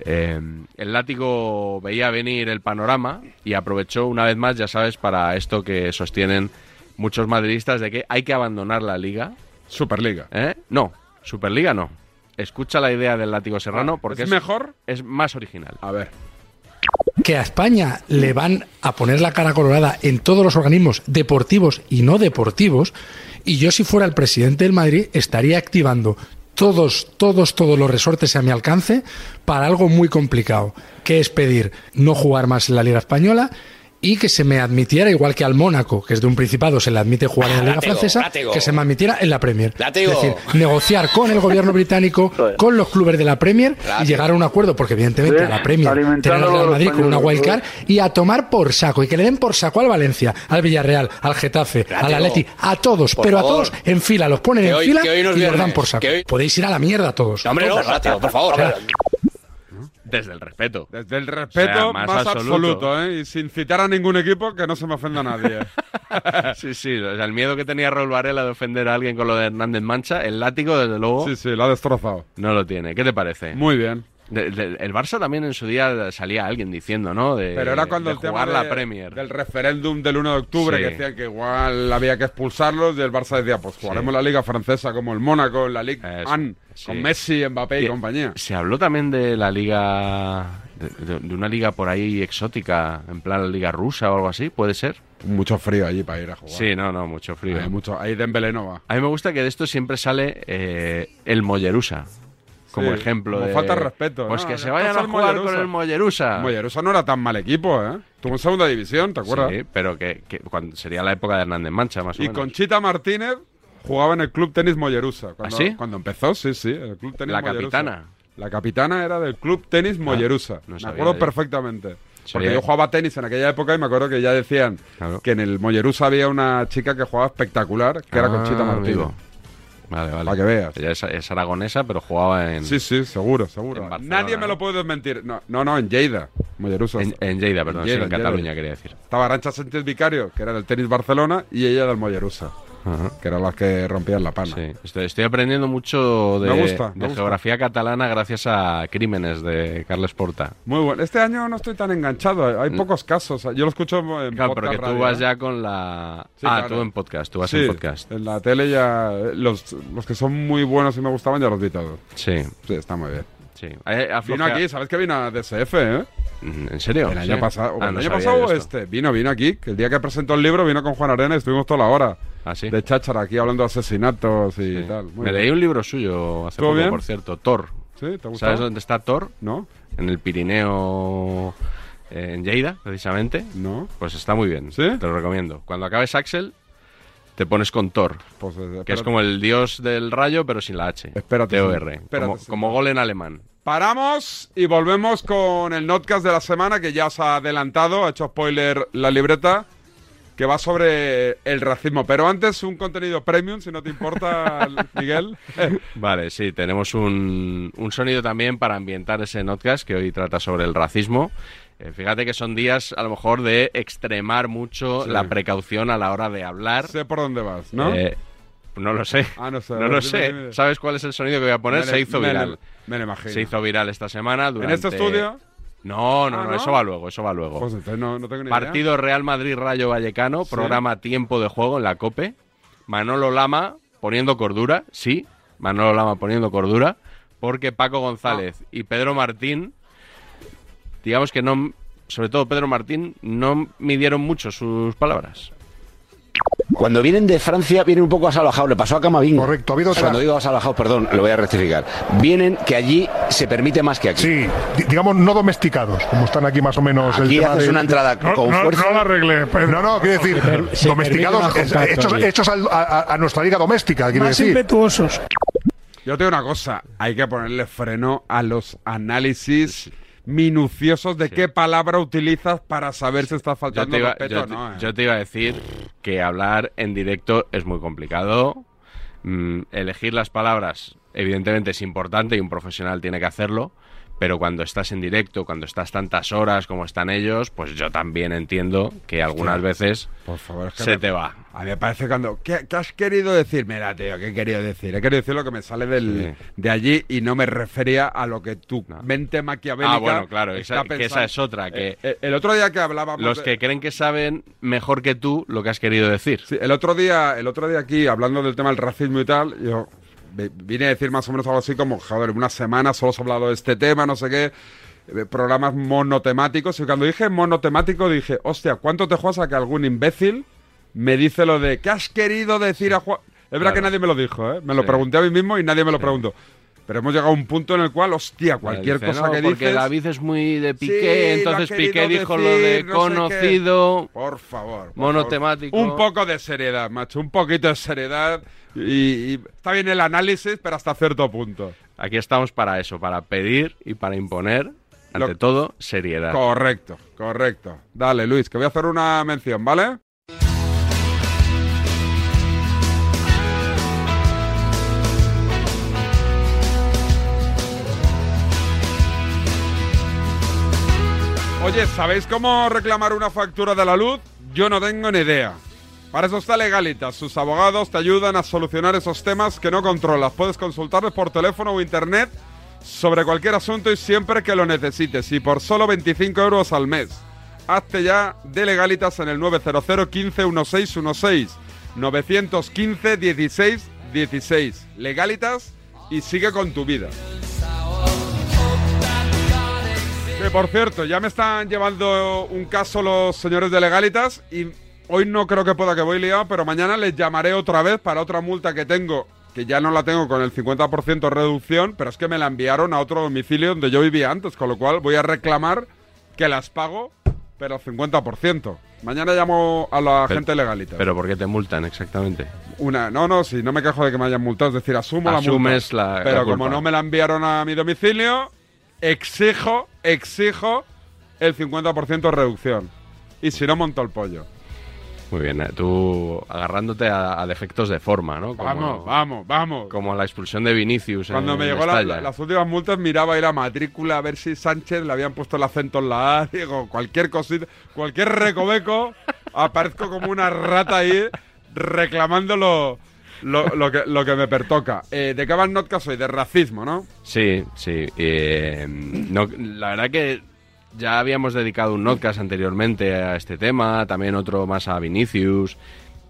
[SPEAKER 2] Eh, el látigo veía venir el panorama y aprovechó una vez más, ya sabes, para esto que sostienen muchos madridistas de que hay que abandonar la liga. ¿Eh?
[SPEAKER 1] Superliga.
[SPEAKER 2] No, Superliga no. Escucha la idea del látigo serrano porque
[SPEAKER 1] Ah, ¿es mejor?
[SPEAKER 2] Es más original.
[SPEAKER 1] A ver.
[SPEAKER 11] que a España le van a poner la cara colorada en todos los organismos deportivos y no deportivos, y yo si fuera el presidente del Madrid estaría activando todos, todos, todos los resortes a mi alcance para algo muy complicado, que es pedir no jugar más en la Liga Española y que se me admitiera, igual que al Mónaco, que es de un principado, se le admite jugar en la Liga
[SPEAKER 12] Látigo,
[SPEAKER 11] Francesa,
[SPEAKER 12] látigo.
[SPEAKER 11] que se me admitiera en la Premier.
[SPEAKER 12] Látigo.
[SPEAKER 11] Es decir, negociar con el gobierno británico, con los clubes de la Premier y llegar a un acuerdo, porque evidentemente
[SPEAKER 13] Sí,
[SPEAKER 11] a la Premier
[SPEAKER 13] alimentando
[SPEAKER 11] tener al Real
[SPEAKER 13] a los
[SPEAKER 11] Madrid con una
[SPEAKER 13] españoles,
[SPEAKER 11] wildcard y a tomar por saco y que le den por saco al Valencia, al Villarreal, al Getafe, al
[SPEAKER 13] Látigo.
[SPEAKER 11] Atleti, a todos,
[SPEAKER 13] Por
[SPEAKER 11] pero a
[SPEAKER 13] favor.
[SPEAKER 11] todos en fila, los ponen
[SPEAKER 13] Que
[SPEAKER 11] en
[SPEAKER 13] hoy-
[SPEAKER 11] fila
[SPEAKER 13] que hoy no es
[SPEAKER 11] y los dan
[SPEAKER 13] viernes,
[SPEAKER 11] por saco.
[SPEAKER 13] que hoy-
[SPEAKER 11] Podéis ir a la mierda todos.
[SPEAKER 13] hombre, no,
[SPEAKER 11] Todos.
[SPEAKER 13] látigo, por favor.
[SPEAKER 11] O sea,
[SPEAKER 2] Desde el respeto.
[SPEAKER 1] Desde el Respeto más, absoluto, ¿eh? Y sin citar a ningún equipo, que no se me ofenda a nadie.
[SPEAKER 2] sí, sí, o sea, el miedo que tenía Raúl Varela de ofender a alguien con lo de Hernández Mancha, el látigo, desde luego.
[SPEAKER 1] Sí, sí, lo ha destrozado.
[SPEAKER 2] No lo tiene. ¿Qué te parece?
[SPEAKER 1] Muy bien.
[SPEAKER 2] De- de- el Barça también en su día salía alguien diciendo, ¿no? De,
[SPEAKER 1] Pero era cuando
[SPEAKER 2] de
[SPEAKER 1] el tema
[SPEAKER 2] jugar
[SPEAKER 1] de-
[SPEAKER 2] la Premier.
[SPEAKER 1] del referéndum del 1 de octubre,
[SPEAKER 2] Sí.
[SPEAKER 1] que decían que igual había que expulsarlos, y el Barça decía, pues jugaremos la Liga Francesa como el Mónaco, la Liga An, con Messi, Mbappé y
[SPEAKER 2] Sí.
[SPEAKER 1] compañía.
[SPEAKER 2] Se habló también de la liga. De, de- de una liga por ahí exótica, en plan la liga rusa o algo así, ¿puede ser?
[SPEAKER 1] Mucho frío allí para ir a jugar.
[SPEAKER 2] Sí, no, no, mucho frío.
[SPEAKER 1] Hay mucho, ahí Dembélé no va.
[SPEAKER 2] A mí me gusta que de esto siempre sale eh, el Mollerusa. Como
[SPEAKER 1] Sí,
[SPEAKER 2] ejemplo
[SPEAKER 1] como
[SPEAKER 2] de.
[SPEAKER 1] falta de respeto.
[SPEAKER 2] Pues
[SPEAKER 1] ¿no?
[SPEAKER 2] que
[SPEAKER 1] Ya
[SPEAKER 2] se vayan
[SPEAKER 1] pasa
[SPEAKER 2] a
[SPEAKER 1] el
[SPEAKER 2] jugar con el Mollerusa.
[SPEAKER 1] Mollerusa no era tan mal equipo, ¿eh? Tuvo en segunda división, ¿te acuerdas?
[SPEAKER 2] Sí, pero que, que cuando sería la época de Hernández Mancha, más o
[SPEAKER 1] Y
[SPEAKER 2] menos.
[SPEAKER 1] Conchita Martínez jugaba en el Club Tenis Mollerusa. Cuando,
[SPEAKER 2] ¿Ah, sí?
[SPEAKER 1] Cuando empezó, sí, sí. El Club Tenis
[SPEAKER 2] La
[SPEAKER 1] Mollerusa.
[SPEAKER 2] capitana. Ah,
[SPEAKER 1] La capitana era del Club Tenis Mollerusa.
[SPEAKER 2] no
[SPEAKER 1] Ah. me
[SPEAKER 2] sabía
[SPEAKER 1] acuerdo
[SPEAKER 2] yo.
[SPEAKER 1] perfectamente. Porque
[SPEAKER 2] Sería-
[SPEAKER 1] yo jugaba tenis en aquella época y me acuerdo que ya decían que en el Mollerusa había una chica que jugaba espectacular, que era
[SPEAKER 2] Ah,
[SPEAKER 1] Conchita Martínez.
[SPEAKER 2] amigo. Vale, vale.
[SPEAKER 1] Para que veas.
[SPEAKER 2] Ella es, es aragonesa, pero jugaba en.
[SPEAKER 1] Sí, sí, seguro, seguro.
[SPEAKER 2] en Barcelona,
[SPEAKER 1] Nadie me lo puede desmentir. No, no, no en Lleida. Mollerusa.
[SPEAKER 2] En, en Lleida, perdón, sí, en Cataluña quería decir.
[SPEAKER 1] Estaba Arancha Sánchez Vicario, que era del tenis Barcelona, y ella del Mollerusa, que eran las que rompían la pana.
[SPEAKER 2] Estoy, estoy aprendiendo mucho de,
[SPEAKER 1] Me gusta,
[SPEAKER 2] de
[SPEAKER 1] me gusta.
[SPEAKER 2] geografía catalana gracias a Crímenes de Carles Porta.
[SPEAKER 1] Muy bueno. Este año no estoy tan enganchado. Hay hay pocos casos. Yo lo escucho en
[SPEAKER 2] Mm. Claro,
[SPEAKER 1] podcast
[SPEAKER 2] porque tú
[SPEAKER 1] radio,
[SPEAKER 2] vas
[SPEAKER 1] ¿eh?
[SPEAKER 2] ya con la.
[SPEAKER 1] Sí,
[SPEAKER 2] ah,
[SPEAKER 1] claro.
[SPEAKER 2] tú en podcast, tú vas
[SPEAKER 1] Sí,
[SPEAKER 2] en podcast.
[SPEAKER 1] En la tele ya. eh, Los, los que son muy buenos y me gustaban ya los vi todos.
[SPEAKER 2] Sí.
[SPEAKER 1] Sí, está muy bien.
[SPEAKER 2] Sí. Eh,
[SPEAKER 1] Vino
[SPEAKER 2] aflojea-
[SPEAKER 1] aquí, ¿sabes que vino a DSF, eh?
[SPEAKER 2] Mm, ¿En serio?
[SPEAKER 1] El año
[SPEAKER 2] Sí.
[SPEAKER 1] pasado.
[SPEAKER 2] Ah,
[SPEAKER 1] el
[SPEAKER 2] no
[SPEAKER 1] año
[SPEAKER 2] sabía
[SPEAKER 1] pasado
[SPEAKER 2] yo
[SPEAKER 1] o
[SPEAKER 2] esto.
[SPEAKER 1] este. Vino, vino aquí. Que el día que presentó el libro vino con Juan Arena y estuvimos toda la hora. De cháchara aquí hablando de asesinatos y tal. Muy
[SPEAKER 2] Ah, Me
[SPEAKER 1] bien.
[SPEAKER 2] leí un libro suyo hace
[SPEAKER 1] ¿Estuvo
[SPEAKER 2] poco,
[SPEAKER 1] bien?
[SPEAKER 2] por cierto, Thor.
[SPEAKER 1] ¿Sí? ¿Te ha gustado?
[SPEAKER 2] ¿Sabes dónde está Thor?
[SPEAKER 1] No.
[SPEAKER 2] En el Pirineo, eh, en Lleida, precisamente.
[SPEAKER 1] No.
[SPEAKER 2] Pues está muy bien. Te lo recomiendo. Cuando acabes Axel, te pones con Thor.
[SPEAKER 1] Pues, eh,
[SPEAKER 2] que es
[SPEAKER 1] espérate.
[SPEAKER 2] como el dios del rayo, pero sin la H.
[SPEAKER 1] Espérate,
[SPEAKER 2] T-O-R.
[SPEAKER 1] espérate,
[SPEAKER 2] Como, como gol en alemán.
[SPEAKER 1] Paramos y volvemos con el notcast de la semana que ya os ha adelantado, ha hecho spoiler la libreta. que va sobre el racismo. Pero antes un contenido premium, si no te importa, Miguel.
[SPEAKER 2] Vale, sí, tenemos un, un sonido también para ambientar ese podcast que hoy trata sobre el racismo. Eh, fíjate que son días, a lo mejor, de extremar mucho
[SPEAKER 1] Sí.
[SPEAKER 2] la precaución a la hora de hablar.
[SPEAKER 1] Sé por dónde vas, ¿no?
[SPEAKER 2] Eh, no lo sé.
[SPEAKER 1] Ah, no sé.
[SPEAKER 2] No
[SPEAKER 1] A ver,
[SPEAKER 2] lo
[SPEAKER 1] dime,
[SPEAKER 2] sé.
[SPEAKER 1] dime.
[SPEAKER 2] ¿Sabes cuál es el sonido que voy a poner?
[SPEAKER 1] Me lo-
[SPEAKER 2] se hizo
[SPEAKER 1] me lo-
[SPEAKER 2] viral.
[SPEAKER 1] me lo imagino.
[SPEAKER 2] Se hizo viral esta semana durante...
[SPEAKER 1] este estudio?
[SPEAKER 2] No, no,
[SPEAKER 1] Ah,
[SPEAKER 2] no,
[SPEAKER 1] ¿no?
[SPEAKER 2] eso va luego, eso va luego.
[SPEAKER 1] Pues entonces no, no tengo ni idea.
[SPEAKER 2] Partido Real Madrid-Rayo Vallecano,
[SPEAKER 1] Sí.
[SPEAKER 2] programa Tiempo de Juego en la COPE. Manolo Lama poniendo cordura, sí, Manolo Lama poniendo cordura, porque Paco González
[SPEAKER 1] Ah.
[SPEAKER 2] y Pedro Martín, digamos que no, sobre todo Pedro Martín, no midieron mucho sus palabras.
[SPEAKER 5] Cuando vienen de Francia, vienen un poco asalvajados. Le pasó a Camavinga. Correcto, ha habido Cuando digo asalvajados, perdón, lo voy a rectificar. Vienen que allí se permite más que aquí. Sí,
[SPEAKER 12] Di- digamos, no domesticados, como están aquí más o menos.
[SPEAKER 5] Aquí
[SPEAKER 12] tema
[SPEAKER 5] haces
[SPEAKER 12] de-
[SPEAKER 5] una entrada
[SPEAKER 12] no,
[SPEAKER 5] con
[SPEAKER 12] no,
[SPEAKER 5] fuerza.
[SPEAKER 12] No la arregle. Pedro. No, no, quiero decir,
[SPEAKER 13] Se per- se
[SPEAKER 12] domesticados,
[SPEAKER 13] permite
[SPEAKER 12] es-
[SPEAKER 13] más contacto,
[SPEAKER 12] hechos,
[SPEAKER 13] sí.
[SPEAKER 12] hechos al- a, a- a nuestra liga doméstica, quiero
[SPEAKER 13] Más
[SPEAKER 12] decir.
[SPEAKER 13] impetuosos.
[SPEAKER 1] Yo te digo una cosa, hay que ponerle freno a los análisis minuciosos de qué palabra utilizas para saber si estás
[SPEAKER 2] Yo
[SPEAKER 1] faltando
[SPEAKER 2] te, iba,
[SPEAKER 1] respeto
[SPEAKER 2] yo
[SPEAKER 1] o
[SPEAKER 2] te-
[SPEAKER 1] no. ¿eh?
[SPEAKER 2] yo te iba a decir que hablar en directo es muy complicado. Mm, elegir las palabras, evidentemente, es importante y un profesional tiene que hacerlo. Pero cuando estás en directo, cuando estás tantas horas como están ellos, pues yo también entiendo que algunas
[SPEAKER 1] Hostia,
[SPEAKER 2] veces
[SPEAKER 1] por favor, es que
[SPEAKER 2] se
[SPEAKER 1] me-
[SPEAKER 2] te va.
[SPEAKER 1] A mí me parece cuando... ¿Qué, qué has querido decir? Mira, tío, ¿qué he querido decir? He querido decir lo que me sale del, de allí y no me refería a lo que tu mente maquiavélica
[SPEAKER 2] Ah, bueno, claro,
[SPEAKER 1] está
[SPEAKER 2] esa- que esa
[SPEAKER 1] pensando.
[SPEAKER 2] es otra. Que
[SPEAKER 1] Eh, el otro día que hablábamos...
[SPEAKER 2] los
[SPEAKER 1] de-
[SPEAKER 2] que creen que saben mejor que tú lo que has querido decir.
[SPEAKER 1] Sí, el otro día, el otro día aquí, hablando del tema del racismo y tal, yo vi- vine a decir más o menos algo así como, joder, en una semana solo se ha hablado de este tema, no sé qué, eh, programas monotemáticos. Y cuando dije monotemático dije, hostia, ¿cuánto te juegas a que algún imbécil me dice lo de, ¿qué has querido decir a Juan? Es verdad
[SPEAKER 2] Claro.
[SPEAKER 1] que nadie me lo dijo, ¿eh? Me lo
[SPEAKER 2] Sí.
[SPEAKER 1] pregunté a mí mismo y nadie me lo preguntó. Pero hemos llegado a un punto en el cual, hostia, cualquier
[SPEAKER 2] Dice,
[SPEAKER 1] cosa
[SPEAKER 2] "No,
[SPEAKER 1] que
[SPEAKER 2] Porque
[SPEAKER 1] dices...
[SPEAKER 2] David es muy de
[SPEAKER 1] Sí,
[SPEAKER 2] Piqué,
[SPEAKER 1] lo ha
[SPEAKER 2] entonces
[SPEAKER 1] querido
[SPEAKER 2] Piqué dijo lo
[SPEAKER 1] decir,
[SPEAKER 2] de
[SPEAKER 1] no sé qué".
[SPEAKER 2] conocido.
[SPEAKER 1] Por favor. por
[SPEAKER 2] Monotemático.
[SPEAKER 1] favor. Un poco de seriedad, macho. Un poquito de seriedad. Y, y está bien el análisis, pero hasta cierto punto.
[SPEAKER 2] Aquí estamos para eso, para pedir y para imponer, ante
[SPEAKER 1] Lo-
[SPEAKER 2] todo, seriedad.
[SPEAKER 1] Correcto, correcto. Dale, Luis, que voy a hacer una mención, ¿vale? Oye, ¿sabéis cómo reclamar una factura de la luz? Yo no tengo ni idea. Para eso está Legalitas. Sus abogados te ayudan a solucionar esos temas que no controlas. Puedes consultarles por teléfono o internet sobre cualquier asunto y siempre que lo necesites. Y por solo 25 euros al mes. Hazte ya de Legalitas en el 900 15 1616. 915 16 16. Legalitas y sigue con tu vida. Que por cierto, ya me están llevando un caso los señores de Legalitas y hoy no creo que pueda que voy liado, pero mañana les llamaré otra vez para otra multa que tengo, que ya no la tengo con el 50% reducción, pero es que me la enviaron a otro domicilio donde yo vivía antes, con lo cual voy a reclamar que las pago, pero al 50%. Mañana llamo a la
[SPEAKER 2] Pero-
[SPEAKER 1] gente de Legalitas.
[SPEAKER 2] Pero ¿por qué te multan exactamente?
[SPEAKER 1] Una, no, no, sí, no me quejo de que me hayan multado, es decir, asumo
[SPEAKER 2] Asumes
[SPEAKER 1] la multa.
[SPEAKER 2] la-
[SPEAKER 1] pero
[SPEAKER 2] la
[SPEAKER 1] como
[SPEAKER 2] culpa.
[SPEAKER 1] no me la enviaron a mi domicilio, exijo, exijo el 50% de reducción. Y si no, monto el pollo.
[SPEAKER 2] Pues Muy bien, eh, tú agarrándote a, a defectos de forma, ¿no? Como-
[SPEAKER 1] Vamos, vamos, vamos.
[SPEAKER 2] Como la expulsión de Vinicius. en
[SPEAKER 1] Cuando me llegó la-
[SPEAKER 2] Mestalla.
[SPEAKER 1] la- las últimas multas, miraba ahí la matrícula a ver si Sánchez le habían puesto el acento en la A. Digo, cualquier cosita, cualquier recoveco, aparezco como una rata ahí reclamando lo, lo- lo que, lo que me pertoca. Eh, ¿De qué va el notcast hoy? De racismo, ¿no?
[SPEAKER 2] Sí, sí. eh, no, la verdad que ya habíamos dedicado un podcast anteriormente a este tema, también otro más a Vinicius.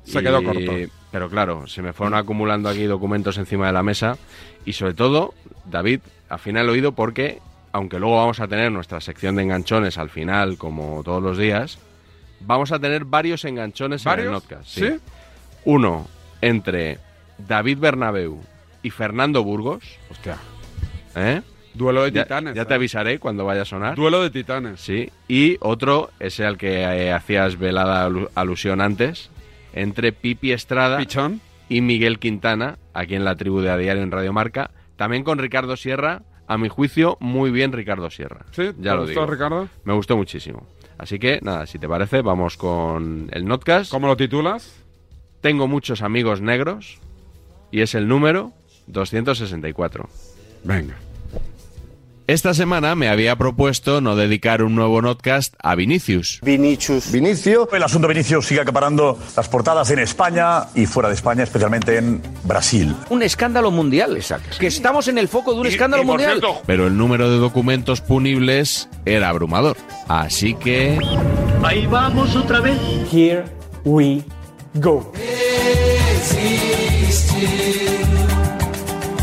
[SPEAKER 1] Se quedó corto.
[SPEAKER 2] Pero claro, se me fueron acumulando aquí documentos encima de la mesa y sobre todo, David, afina el oído porque, aunque luego vamos a tener nuestra sección de enganchones al final, como todos los días, vamos a tener varios enganchones en
[SPEAKER 1] ¿Varios?
[SPEAKER 2] el podcast.
[SPEAKER 1] ¿Sí?
[SPEAKER 2] Uno entre David Bernabeu y Fernando Burgos.
[SPEAKER 1] Hostia.
[SPEAKER 2] ¿Eh?
[SPEAKER 1] Duelo de
[SPEAKER 2] Ya-
[SPEAKER 1] titanes, ¿eh?
[SPEAKER 2] Ya, te avisaré cuando vaya a sonar.
[SPEAKER 1] Duelo de titanes.
[SPEAKER 2] Sí. Y otro es el que eh, hacías velada alu- alusión antes, entre Pipi Estrada y Miguel Quintana, aquí en la tribu de A Diario en Radio Marca. También con Ricardo Sierra. A mi juicio, muy bien Ricardo Sierra.
[SPEAKER 1] ¿Sí? ¿Te
[SPEAKER 2] Ya lo
[SPEAKER 1] gustó,
[SPEAKER 2] digo.
[SPEAKER 1] Ricardo?
[SPEAKER 2] Me gustó muchísimo. Así que nada, si te parece, vamos con el Notcast.
[SPEAKER 1] ¿Cómo lo titulas?
[SPEAKER 2] Tengo muchos amigos negros y es el número 264.
[SPEAKER 1] Venga.
[SPEAKER 2] Esta semana me había propuesto no dedicar un nuevo Notcast a Vinicius.
[SPEAKER 14] Vinicius. Vinicio. El asunto Vinicius sigue acaparando las portadas en España y fuera de España, especialmente en Brasil.
[SPEAKER 15] Un escándalo mundial, exacto. Que estamos en el foco de un escándalo
[SPEAKER 14] y por
[SPEAKER 15] mundial.
[SPEAKER 14] cierto-
[SPEAKER 2] Pero el número de documentos punibles era abrumador. Así que...
[SPEAKER 14] Ahí vamos otra vez.
[SPEAKER 2] Here we go.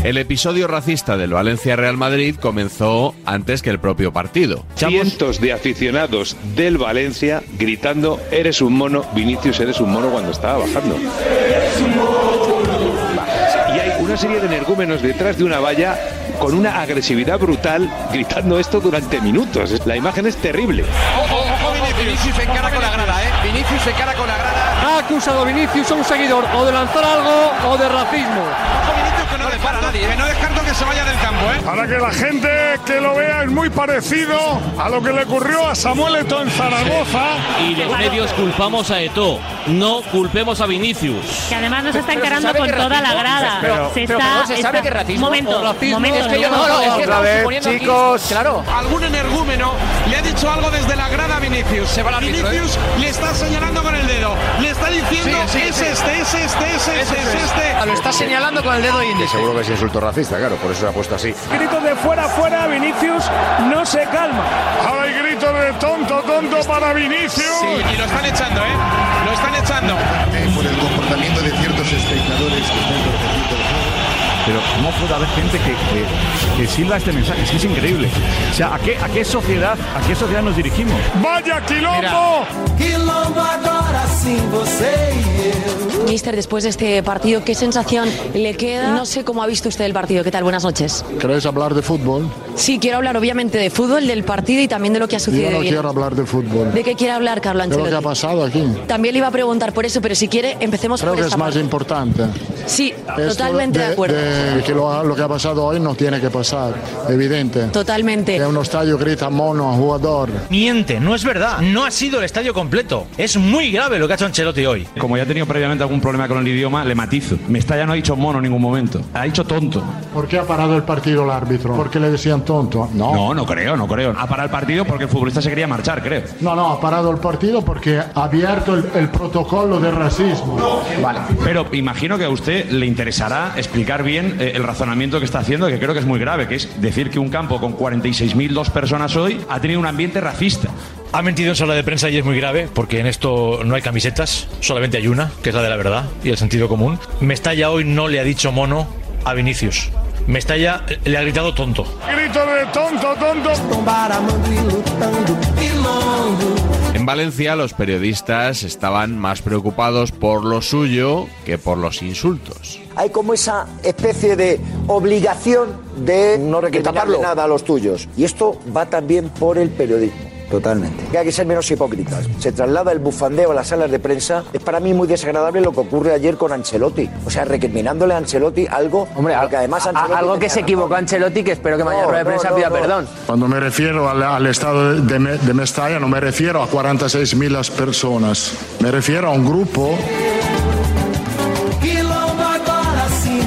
[SPEAKER 2] El episodio racista del Valencia Real Madrid comenzó antes que el propio partido.
[SPEAKER 16] Cientos de aficionados del Valencia gritando eres un mono, Vinicius eres un mono cuando estaba bajando. Y hay una serie de energúmenos detrás de una valla con una agresividad brutal gritando esto durante minutos. La imagen es terrible.
[SPEAKER 17] Vinicius se encara con la grada, ¿eh? Vinicius se encara con la grada.
[SPEAKER 18] Ha acusado Vinicius a un seguidor o de lanzar algo o de racismo.
[SPEAKER 17] Que no le para a
[SPEAKER 15] eh.
[SPEAKER 17] nadie. Que no descarto que se vaya del campo, ¿eh?
[SPEAKER 19] Para que la gente que lo vea es muy parecido a lo que le ocurrió a Samuel Eto en Zaragoza.
[SPEAKER 20] Y los medios culpamos a Eto, no culpemos a Vinicius.
[SPEAKER 21] Que además nos está
[SPEAKER 15] Pero se
[SPEAKER 21] encarando
[SPEAKER 15] sabe
[SPEAKER 21] con
[SPEAKER 15] que
[SPEAKER 21] toda la
[SPEAKER 15] racismo,
[SPEAKER 21] grada.
[SPEAKER 15] pero-
[SPEAKER 21] se está,
[SPEAKER 15] pero perdón, se sabe
[SPEAKER 21] está-
[SPEAKER 15] que racismo
[SPEAKER 21] Momento,
[SPEAKER 15] o racismo.
[SPEAKER 21] momento.
[SPEAKER 15] Es que yo
[SPEAKER 21] no,
[SPEAKER 15] no- no, es que
[SPEAKER 21] no.
[SPEAKER 15] Otra estamos vez, suponiendo aquí- chicos. claro.
[SPEAKER 17] Algún energúmeno le ha dicho algo desde la grada a Vinicius. Se va la
[SPEAKER 15] ¿eh?
[SPEAKER 17] Vinicius le está señalando con el dedo. Le está diciendo,
[SPEAKER 15] Sí, sí,
[SPEAKER 17] es
[SPEAKER 15] sí.
[SPEAKER 17] este, es este, es este, es este.
[SPEAKER 15] Lo está señalando con el dedo
[SPEAKER 22] Que
[SPEAKER 15] índice.
[SPEAKER 22] seguro que es insulto racista, claro, por eso se ha puesto así.
[SPEAKER 14] Gritos de fuera, fuera, Vinicius no se calma. Ahora hay gritos de tonto, tonto para Vinicius.
[SPEAKER 17] Sí, y lo están echando, ¿eh? Lo están echando.
[SPEAKER 23] eh, por el comportamiento de ciertos espectadores que están protegiendo el juego. Pero ¿cómo puede haber gente que, que, que silba este mensaje? Es que es increíble. O sea, ¿a qué, a qué sociedad, a qué sociedad nos dirigimos?
[SPEAKER 14] ¡Vaya quilombo! Quilombo ahora sin
[SPEAKER 24] Mister, después de este partido, ¿qué sensación le queda? No sé cómo ha visto usted el partido. ¿Qué tal? Buenas noches.
[SPEAKER 23] ¿Queréis hablar de fútbol?
[SPEAKER 24] Sí, quiero hablar obviamente de fútbol, del partido y también de lo que ha
[SPEAKER 23] Yo
[SPEAKER 24] sucedido.
[SPEAKER 23] no
[SPEAKER 24] hoy.
[SPEAKER 23] quiero hablar de fútbol.
[SPEAKER 24] ¿De qué quiere hablar, Carlo
[SPEAKER 23] De lo que ha
[SPEAKER 24] Ancelotti?
[SPEAKER 23] pasado aquí.
[SPEAKER 24] También le iba a preguntar por eso, pero si quiere, empecemos
[SPEAKER 23] Creo
[SPEAKER 24] por
[SPEAKER 23] que
[SPEAKER 24] esta
[SPEAKER 23] es más
[SPEAKER 24] parte.
[SPEAKER 23] importante.
[SPEAKER 24] Sí,
[SPEAKER 23] Esto
[SPEAKER 24] totalmente de, acuerdo.
[SPEAKER 23] de que lo, lo que ha pasado hoy no tiene que pasar, evidente.
[SPEAKER 24] Totalmente.
[SPEAKER 23] Que un estadio grita mono a un jugador.
[SPEAKER 25] Miente, no es verdad. No ha sido el estadio completo. Es muy grave lo que ha hecho Ancelotti hoy.
[SPEAKER 6] Como ya he tenido previamente algún problema con el idioma, le matizo. Mestalla no ha dicho mono en ningún momento. Ha dicho tonto.
[SPEAKER 23] ¿Por qué ha parado el partido el árbitro? ¿Por qué le decían tonto? No.
[SPEAKER 6] No, no creo, no creo. Ha parado el partido porque el futbolista se quería marchar, creo.
[SPEAKER 23] No, no, ha parado el partido porque ha abierto el, el protocolo de racismo.
[SPEAKER 6] Vale. Pero imagino que a usted le interesará explicar bien eh, el razonamiento que está haciendo, que creo que es muy grave, que es decir que un campo con 46.002 personas hoy ha tenido un ambiente racista.
[SPEAKER 25] Ha mentido en sala de prensa y es muy grave porque en esto no hay camisetas, solamente hay una, que es la de la verdad y el sentido común. Mestalla hoy no le ha dicho mono a Vinicius. Mestalla eh, le ha gritado tonto.
[SPEAKER 14] Gritos de tonto, tonto.
[SPEAKER 2] En Valencia los periodistas estaban más preocupados por lo suyo que por los insultos.
[SPEAKER 26] Hay como esa especie de obligación de no recriminarle nada a los tuyos. Y esto va también por el periodismo. Totalmente. Que hay que ser menos hipócritas. Se traslada el bufandeo a las salas de prensa. Es para mí muy desagradable lo que ocurre ayer con Ancelotti. O sea, recriminándole a Ancelotti algo. Hombre, que además Ancelotti
[SPEAKER 15] algo que se equivocó Ancelotti, que espero que mañana en rueda de prensa pida perdón.
[SPEAKER 23] Cuando me refiero al, al estado de, Me- de Mestalla, no me refiero a 46.000 personas. Me refiero a un grupo
[SPEAKER 14] Quilombo ahora sin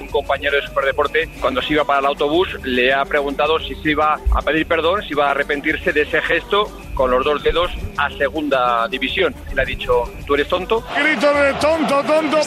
[SPEAKER 27] Un compañero de Superdeporte, cuando se iba para el autobús, le ha preguntado si se iba a pedir perdón, si iba a arrepentirse de ese gesto con los dos dedos a segunda división. Le ha dicho, ¿tú eres tonto?
[SPEAKER 14] Gritos de tonto, tonto.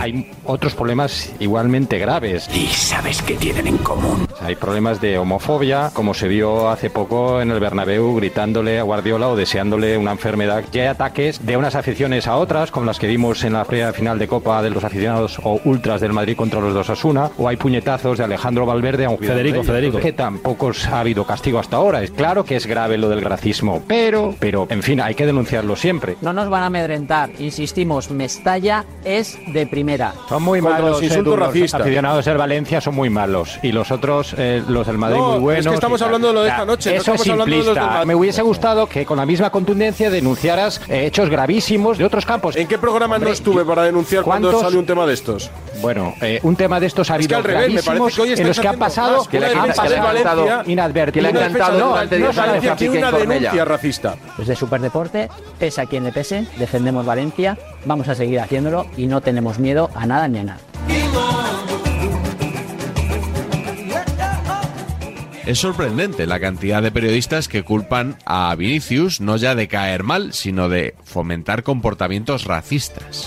[SPEAKER 28] Hay otros problemas igualmente graves. ¿Y sabes qué tienen en común? Hay problemas de homofobia, como se vio hace poco en el Bernabéu gritándole a Guardiola o deseándole una enfermedad. Y hay ataques de unas aficiones a otras, como las que vimos en la previa final de Copa de los aficionados o ultras del Madrid contra los dos Asuna, o hay puñetazos de Alejandro Valverde a un
[SPEAKER 29] Federico,
[SPEAKER 28] de ellos,
[SPEAKER 29] Federico.
[SPEAKER 28] Que tampoco ha habido castigo hasta ahora. Es claro que es grave lo del racismo, pero, pero, en fin, hay que denunciarlo siempre.
[SPEAKER 30] No nos van a amedrentar, insistimos, Mestalla es de
[SPEAKER 8] primera.
[SPEAKER 30] primera.
[SPEAKER 28] Son muy
[SPEAKER 8] Con
[SPEAKER 28] malos.
[SPEAKER 8] los
[SPEAKER 28] eh,
[SPEAKER 8] insultos
[SPEAKER 28] tú, los
[SPEAKER 8] racistas.
[SPEAKER 28] aficionados del Valencia son muy malos. Y los otros, eh, los del Madrid,
[SPEAKER 8] No,
[SPEAKER 28] muy
[SPEAKER 8] es
[SPEAKER 28] buenos.
[SPEAKER 8] que estamos
[SPEAKER 28] y tal.
[SPEAKER 8] hablando de lo de
[SPEAKER 28] O sea,
[SPEAKER 8] esta noche, no
[SPEAKER 28] Eso es
[SPEAKER 8] estamos hablando de los del
[SPEAKER 28] simplista.
[SPEAKER 8] Madrid.
[SPEAKER 28] Me hubiese gustado que con la misma contundencia denunciaras eh, hechos gravísimos de otros campos.
[SPEAKER 8] ¿En qué programa
[SPEAKER 28] Hombre,
[SPEAKER 8] no estuve para denunciar cuando
[SPEAKER 28] ¿cuántos-
[SPEAKER 8] salió un tema de estos?
[SPEAKER 28] Bueno, eh, un tema de estos ha
[SPEAKER 8] Es que
[SPEAKER 28] habido
[SPEAKER 8] al revés, me parece
[SPEAKER 28] gravísimos
[SPEAKER 8] que hoy
[SPEAKER 28] en
[SPEAKER 8] estáis
[SPEAKER 28] los que han
[SPEAKER 8] haciendo
[SPEAKER 28] pasado
[SPEAKER 8] más que la
[SPEAKER 28] han
[SPEAKER 8] defensa
[SPEAKER 28] pasado
[SPEAKER 8] del Valencia,
[SPEAKER 28] inadvertidos.
[SPEAKER 8] que le ha encantado
[SPEAKER 28] No,
[SPEAKER 8] durante
[SPEAKER 28] no
[SPEAKER 8] diez
[SPEAKER 28] son
[SPEAKER 8] años
[SPEAKER 28] defensivos.
[SPEAKER 8] que una denuncia racista.
[SPEAKER 30] Pues de Superdeporte, pese a quien le pese, defendemos Valencia, vamos a seguir haciéndolo y no tenemos miedo a nada ni a nada.
[SPEAKER 2] Es sorprendente la cantidad de periodistas que culpan a Vinicius no ya de caer mal, sino de fomentar comportamientos racistas.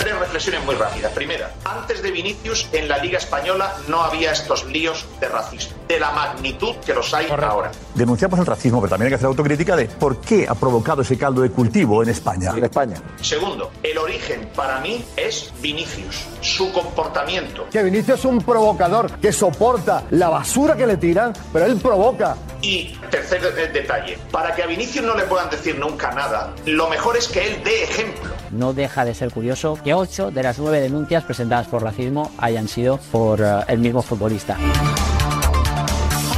[SPEAKER 31] Tres reflexiones muy rápidas. Primera, antes de Vinicius en la Liga Española no había estos líos de racismo, de la magnitud que los hay ahora.
[SPEAKER 13] Denunciamos el racismo, pero también hay que hacer autocrítica de por qué ha provocado ese caldo de cultivo en España. En España.
[SPEAKER 31] Segundo, el origen para mí es Vinicius, su comportamiento.
[SPEAKER 32] Que Vinicius es un provocador que soporta la basura que le tiran, pero él provoca.
[SPEAKER 31] Y tercer eh, detalle, para que a Vinicius no le puedan decir nunca nada, lo mejor es que él dé ejemplo.
[SPEAKER 30] No deja de ser curioso que 8 de las 9 denuncias presentadas por racismo hayan sido por eh, el mismo futbolista.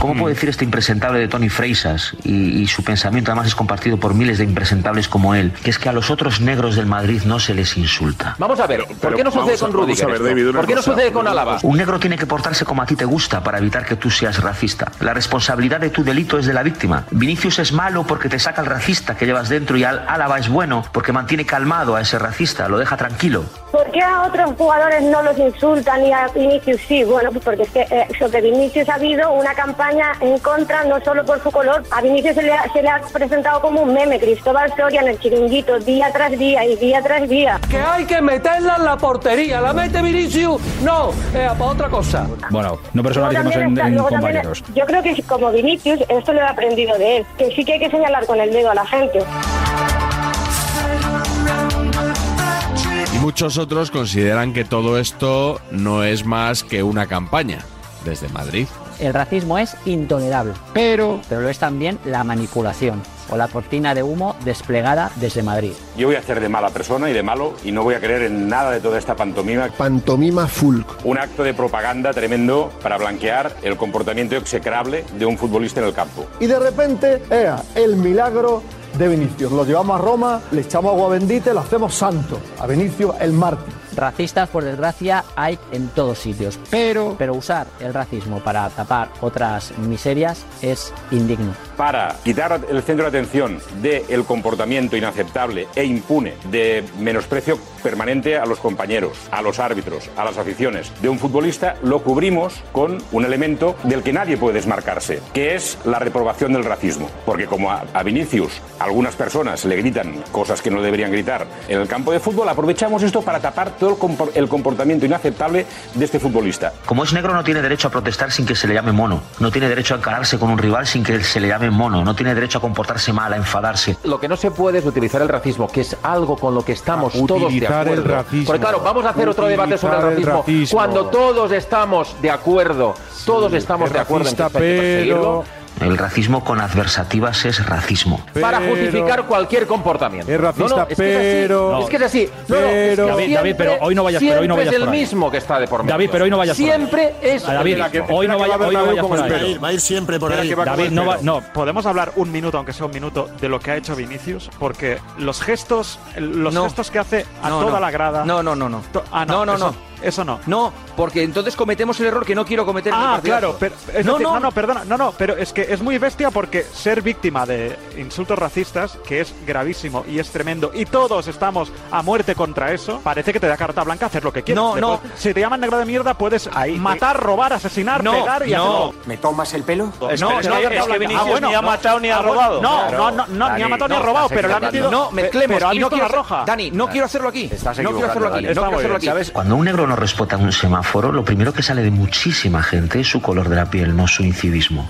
[SPEAKER 33] ¿Cómo puedo decir este impresentable de Tony Freisas? Y, y su pensamiento además es compartido por miles de impresentables como él, que es que a los otros negros del Madrid no se les insulta.
[SPEAKER 4] Vamos a ver, ¿por
[SPEAKER 33] pero
[SPEAKER 4] qué no sucede
[SPEAKER 33] vamos a-
[SPEAKER 4] con
[SPEAKER 33] vamos
[SPEAKER 4] Rudiger?
[SPEAKER 33] a ver,
[SPEAKER 4] esto?
[SPEAKER 33] David, una
[SPEAKER 4] ¿Por qué no
[SPEAKER 33] cosa,
[SPEAKER 4] sucede con
[SPEAKER 33] una
[SPEAKER 4] Álava?
[SPEAKER 33] Un negro tiene que portarse como a ti te gusta para evitar que tú seas racista. La responsabilidad de tu delito es de la víctima. Vinicius es malo porque te saca el racista que llevas dentro y Al- Álava es bueno porque mantiene calmado a ese racista, lo deja tranquilo.
[SPEAKER 34] ¿Por qué a otros jugadores no los insultan y a Vinicius sí? Bueno, pues porque es que eh, sobre Vinicius ha habido una campaña en contra, no solo por su color. A Vinicius se le ha, se le ha presentado como un meme, Cristóbal Soria en el chiringuito, día tras día y día tras día.
[SPEAKER 30] Que hay que meterla en la portería, la mete Vinicius, no, para otra cosa.
[SPEAKER 15] Bueno, no
[SPEAKER 34] Luego
[SPEAKER 15] personalicemos
[SPEAKER 34] también
[SPEAKER 15] en,
[SPEAKER 34] está-
[SPEAKER 15] en
[SPEAKER 34] luego también-
[SPEAKER 15] compañeros.
[SPEAKER 34] yo creo que como Vinicius, esto lo he aprendido de él, que sí que hay que señalar con el dedo a la gente.
[SPEAKER 2] Y muchos otros consideran que todo esto no es más que una campaña desde Madrid.
[SPEAKER 30] El racismo es intolerable, pero, pero lo es también la manipulación o la cortina de humo desplegada desde Madrid.
[SPEAKER 34] Yo voy a hacer de mala persona y de malo y no voy a creer en nada de toda esta pantomima.
[SPEAKER 32] Pantomima Fulk.
[SPEAKER 34] Un acto de propaganda tremendo para blanquear el comportamiento execrable de un futbolista en el campo.
[SPEAKER 32] Y de repente era el milagro de Vinicius. Lo llevamos a Roma, le echamos agua bendita y lo hacemos santo. A Vinicius el mártir.
[SPEAKER 30] Racistas, por desgracia, hay en todos sitios, pero, pero usar el racismo para tapar otras miserias es indigno.
[SPEAKER 34] Para quitar el centro de atención del comportamiento inaceptable e impune de menosprecio permanente a los compañeros, a los árbitros, a las aficiones de un futbolista, lo cubrimos con un elemento del que nadie puede desmarcarse, que es la reprobación del racismo. Porque como a, a Vinicius algunas personas le gritan cosas que no deberían gritar en el campo de fútbol, aprovechamos esto para tapar todo el compor- el comportamiento inaceptable de este futbolista.
[SPEAKER 33] Como es negro no tiene derecho a protestar sin que se le llame mono, no tiene derecho a encararse con un rival sin que se le llame mono, no tiene derecho a comportarse mal, a enfadarse.
[SPEAKER 4] Lo que no se puede es utilizar el racismo, que es algo con lo que estamos todos de
[SPEAKER 33] utilizar
[SPEAKER 4] acuerdo.
[SPEAKER 33] el racismo.
[SPEAKER 4] Porque claro, vamos a hacer otro
[SPEAKER 17] Utilizar
[SPEAKER 4] debate sobre el
[SPEAKER 17] el
[SPEAKER 4] racismo,
[SPEAKER 17] racismo.
[SPEAKER 4] cuando todos estamos de acuerdo, todos estamos
[SPEAKER 17] es
[SPEAKER 4] de acuerdo en que
[SPEAKER 17] racista,
[SPEAKER 4] esto hay que
[SPEAKER 17] pero-
[SPEAKER 4] perseguirlo,
[SPEAKER 33] El racismo con adversativas es racismo.
[SPEAKER 4] para justificar cualquier comportamiento. Es
[SPEAKER 33] racista, pero-
[SPEAKER 4] es que es así. No, no, es que
[SPEAKER 17] Pero-
[SPEAKER 4] siempre-
[SPEAKER 17] David, David, pero hoy no vayas- pero hoy no
[SPEAKER 4] siempre
[SPEAKER 17] vayas
[SPEAKER 4] es el
[SPEAKER 17] por ahí.
[SPEAKER 4] mismo que está de por medio.
[SPEAKER 17] David, pero hoy no vayas por ahí.
[SPEAKER 4] Siempre
[SPEAKER 30] eh.
[SPEAKER 4] es
[SPEAKER 17] Ah, David,
[SPEAKER 4] el mismo.
[SPEAKER 17] hoy no vayas hoy no vayas por ahí.
[SPEAKER 6] va a ir siempre
[SPEAKER 17] por ahí. David, no va- no.
[SPEAKER 6] Podemos hablar un minuto, aunque sea un minuto, de lo que ha hecho Vinicius, porque los gestos, los
[SPEAKER 4] No.
[SPEAKER 6] gestos que hace a
[SPEAKER 4] No,
[SPEAKER 6] toda
[SPEAKER 4] no.
[SPEAKER 6] la grada.
[SPEAKER 4] No, no, no, no.
[SPEAKER 6] To- ah, no,
[SPEAKER 4] no, no,
[SPEAKER 6] eso-
[SPEAKER 4] no.
[SPEAKER 6] Eso no.
[SPEAKER 4] No, porque entonces cometemos el error que no quiero cometer. en
[SPEAKER 6] Ah,
[SPEAKER 4] el
[SPEAKER 6] claro,
[SPEAKER 4] partidazo.
[SPEAKER 6] pero es
[SPEAKER 4] no,
[SPEAKER 6] decir,
[SPEAKER 4] no,
[SPEAKER 6] no, no, perdona, no, no, pero es que es muy bestia porque ser víctima de insultos racistas, que es gravísimo y es tremendo, y todos estamos a muerte contra eso, parece que te da carta blanca hacer lo que quieras.
[SPEAKER 4] No,
[SPEAKER 6] Le
[SPEAKER 4] no.
[SPEAKER 6] puedes- si te llaman negro de mierda, puedes matar, robar, asesinar,
[SPEAKER 4] No,
[SPEAKER 6] pegar y
[SPEAKER 4] no.
[SPEAKER 6] hacer.
[SPEAKER 4] ¿Me tomas el pelo?
[SPEAKER 6] No, no, es que Vinicius ni ha matado ni ha robado. Claro. Dani, no, estás equivocado.
[SPEAKER 4] No, mezclemos.
[SPEAKER 6] Pero ha
[SPEAKER 4] y no
[SPEAKER 6] visto
[SPEAKER 4] quiero
[SPEAKER 6] la
[SPEAKER 4] hacer-
[SPEAKER 6] roja.
[SPEAKER 4] Dani, no
[SPEAKER 6] Dani,
[SPEAKER 4] quiero hacerlo aquí.
[SPEAKER 6] estás
[SPEAKER 4] no quiero hacerlo
[SPEAKER 6] equivocando,
[SPEAKER 4] aquí.
[SPEAKER 6] Dani.
[SPEAKER 4] No quiero
[SPEAKER 6] Está muy
[SPEAKER 4] hacerlo aquí.
[SPEAKER 6] bien,
[SPEAKER 33] Cuando un negro no respeta un semáforo, lo primero que sale de muchísima gente es su color de la piel, no su incivismo.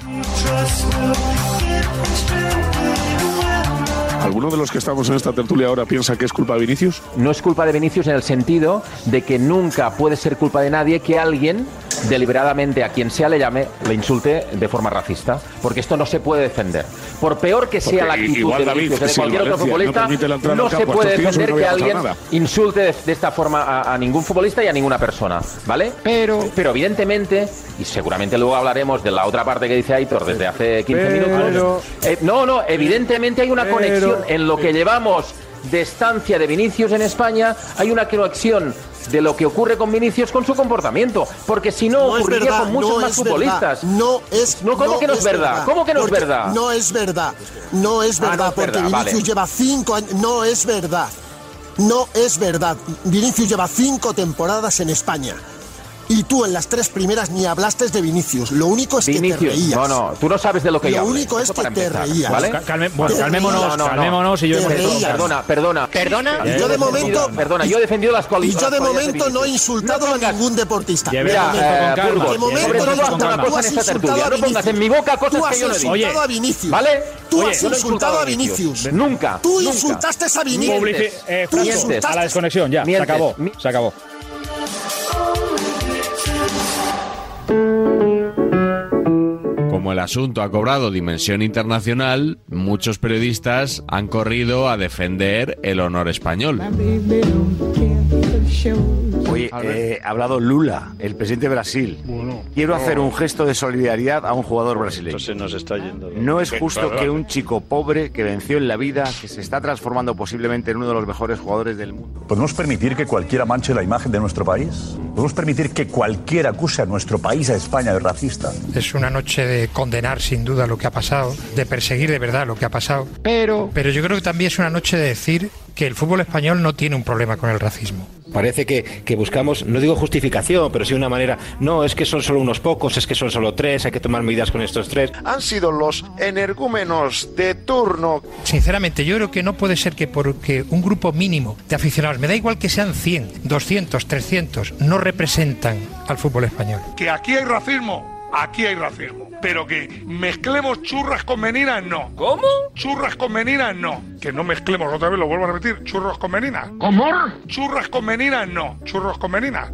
[SPEAKER 17] ¿Alguno de los que estamos en esta tertulia ahora piensa que es culpa de Vinicius?
[SPEAKER 4] No es culpa de Vinicius en el sentido de que nunca puede ser culpa de nadie que alguien deliberadamente a quien sea le llame, le insulte de forma racista, porque esto no se puede defender. Por peor que sea
[SPEAKER 35] Porque
[SPEAKER 4] la actitud
[SPEAKER 35] igual
[SPEAKER 4] de
[SPEAKER 35] David,
[SPEAKER 4] Vinicius o de
[SPEAKER 35] si el
[SPEAKER 4] cualquier otro
[SPEAKER 35] Valencia no
[SPEAKER 4] futbolista,
[SPEAKER 35] permite la
[SPEAKER 4] no,
[SPEAKER 35] entrada al
[SPEAKER 4] se
[SPEAKER 35] campo a
[SPEAKER 4] puede
[SPEAKER 35] estos tíos,
[SPEAKER 4] defender
[SPEAKER 35] no
[SPEAKER 4] que
[SPEAKER 35] había pasado
[SPEAKER 4] alguien
[SPEAKER 35] nada.
[SPEAKER 4] insulte de, de esta forma a, a ningún futbolista y a ninguna persona, ¿vale? Pero, pero evidentemente, y seguramente luego hablaremos de la otra parte que dice Aitor desde hace 15
[SPEAKER 36] Pero-
[SPEAKER 4] minutos, eh, no, no, evidentemente hay una
[SPEAKER 36] Pero-
[SPEAKER 4] conexión en lo que llevamos de estancia de Vinicius en España, hay una conexión de lo que ocurre con Vinicius con su comportamiento, porque si no,
[SPEAKER 32] No es
[SPEAKER 4] ocurriría
[SPEAKER 32] verdad,
[SPEAKER 4] con muchos
[SPEAKER 32] no
[SPEAKER 4] más
[SPEAKER 32] es verdad.
[SPEAKER 4] futbolistas.
[SPEAKER 32] No es
[SPEAKER 4] No, ¿cómo que no es verdad? ¿Cómo que no es
[SPEAKER 32] Porque
[SPEAKER 4] verdad?
[SPEAKER 32] No es verdad. No es
[SPEAKER 4] Ah, no
[SPEAKER 32] verdad,
[SPEAKER 4] es
[SPEAKER 32] porque
[SPEAKER 4] verdad,
[SPEAKER 32] Vinicius
[SPEAKER 4] vale.
[SPEAKER 32] lleva cinco años. No es verdad. No es verdad. Vinicius lleva cinco temporadas en España. Y tú en las tres primeras ni hablaste de Vinicius. Lo único es que te
[SPEAKER 4] Vinicius,
[SPEAKER 32] reías.
[SPEAKER 4] no, no, tú no sabes de lo que
[SPEAKER 32] Lo
[SPEAKER 4] yo hablo,
[SPEAKER 32] único es
[SPEAKER 4] eso
[SPEAKER 32] que
[SPEAKER 4] para
[SPEAKER 32] te
[SPEAKER 4] empezar,
[SPEAKER 32] reías.
[SPEAKER 4] ¿vale?
[SPEAKER 32] Calme- bueno, Te calmémonos, reías.
[SPEAKER 4] calmémonos
[SPEAKER 32] y yo Te hemos reías. defendido-
[SPEAKER 4] Perdona, perdona.
[SPEAKER 32] ¿Perdona? Y yo de
[SPEAKER 4] He defendido-
[SPEAKER 32] momento-
[SPEAKER 4] Perdona, yo he defendido las
[SPEAKER 32] Y
[SPEAKER 4] cualidades.
[SPEAKER 32] yo de
[SPEAKER 4] las cualidades
[SPEAKER 32] momento no he insultado a ningún deportista.
[SPEAKER 4] Mira, eh, Burgos,
[SPEAKER 32] de momento
[SPEAKER 4] sobre
[SPEAKER 32] no he
[SPEAKER 4] todo hasta
[SPEAKER 32] insultado.
[SPEAKER 4] una cosa
[SPEAKER 32] Tú
[SPEAKER 4] en
[SPEAKER 32] has
[SPEAKER 4] esta
[SPEAKER 32] insultado
[SPEAKER 4] tertulia.
[SPEAKER 32] a
[SPEAKER 4] No pongas en mi
[SPEAKER 32] Vinicius.
[SPEAKER 4] boca cosas
[SPEAKER 32] Tú
[SPEAKER 4] que
[SPEAKER 32] has
[SPEAKER 4] yo no he dicho.
[SPEAKER 32] insultado a Vinicius.
[SPEAKER 4] ¿Vale?
[SPEAKER 32] Tú
[SPEAKER 4] Oye,
[SPEAKER 32] has
[SPEAKER 4] yo no he
[SPEAKER 32] insultado a Vinicius.
[SPEAKER 4] Nunca.
[SPEAKER 32] Tú
[SPEAKER 4] nunca.
[SPEAKER 32] insultaste a Vinicius.
[SPEAKER 37] Publici- eh,
[SPEAKER 32] Tú
[SPEAKER 37] Fran,
[SPEAKER 32] insultaste.
[SPEAKER 37] a la desconexión, ya.
[SPEAKER 4] Mientes.
[SPEAKER 37] Se acabó. Se acabó.
[SPEAKER 2] Como el asunto ha cobrado dimensión internacional, muchos periodistas han corrido a defender el honor español.
[SPEAKER 34] Oye, eh, ha hablado Lula, el presidente de Brasil. Quiero hacer un gesto de solidaridad a un jugador brasileño. nos está yendo. No es justo que un chico pobre que venció en la vida, que se está transformando posiblemente en uno de los mejores jugadores del mundo.
[SPEAKER 13] ¿Podemos permitir que cualquiera manche la imagen de nuestro país? ¿Podemos permitir que cualquiera acuse a nuestro país, a España, de racista?
[SPEAKER 38] Es una noche de condenar sin duda lo que ha pasado, de perseguir de verdad lo que ha pasado. Pero. Pero yo creo que también es una noche de decir que el fútbol español no tiene un problema con el racismo.
[SPEAKER 28] Parece que, que buscamos, no digo justificación, pero sí una manera, no, es que son solo unos pocos, es que son solo tres, hay que tomar medidas con estos tres.
[SPEAKER 23] han sido los energúmenos de turno.
[SPEAKER 38] Sinceramente, yo creo que no puede ser que porque un grupo mínimo de aficionados, me da igual que sean 100, 200, 300, no representan al fútbol español.
[SPEAKER 19] Que aquí hay racismo, aquí hay racismo. Pero que mezclemos churras con meninas, no. ¿Cómo? Churras con meninas, no. Que no mezclemos, otra vez lo vuelvo a repetir, churros con meninas. ¿Cómo? Churras con meninas, no. Churros con meninas.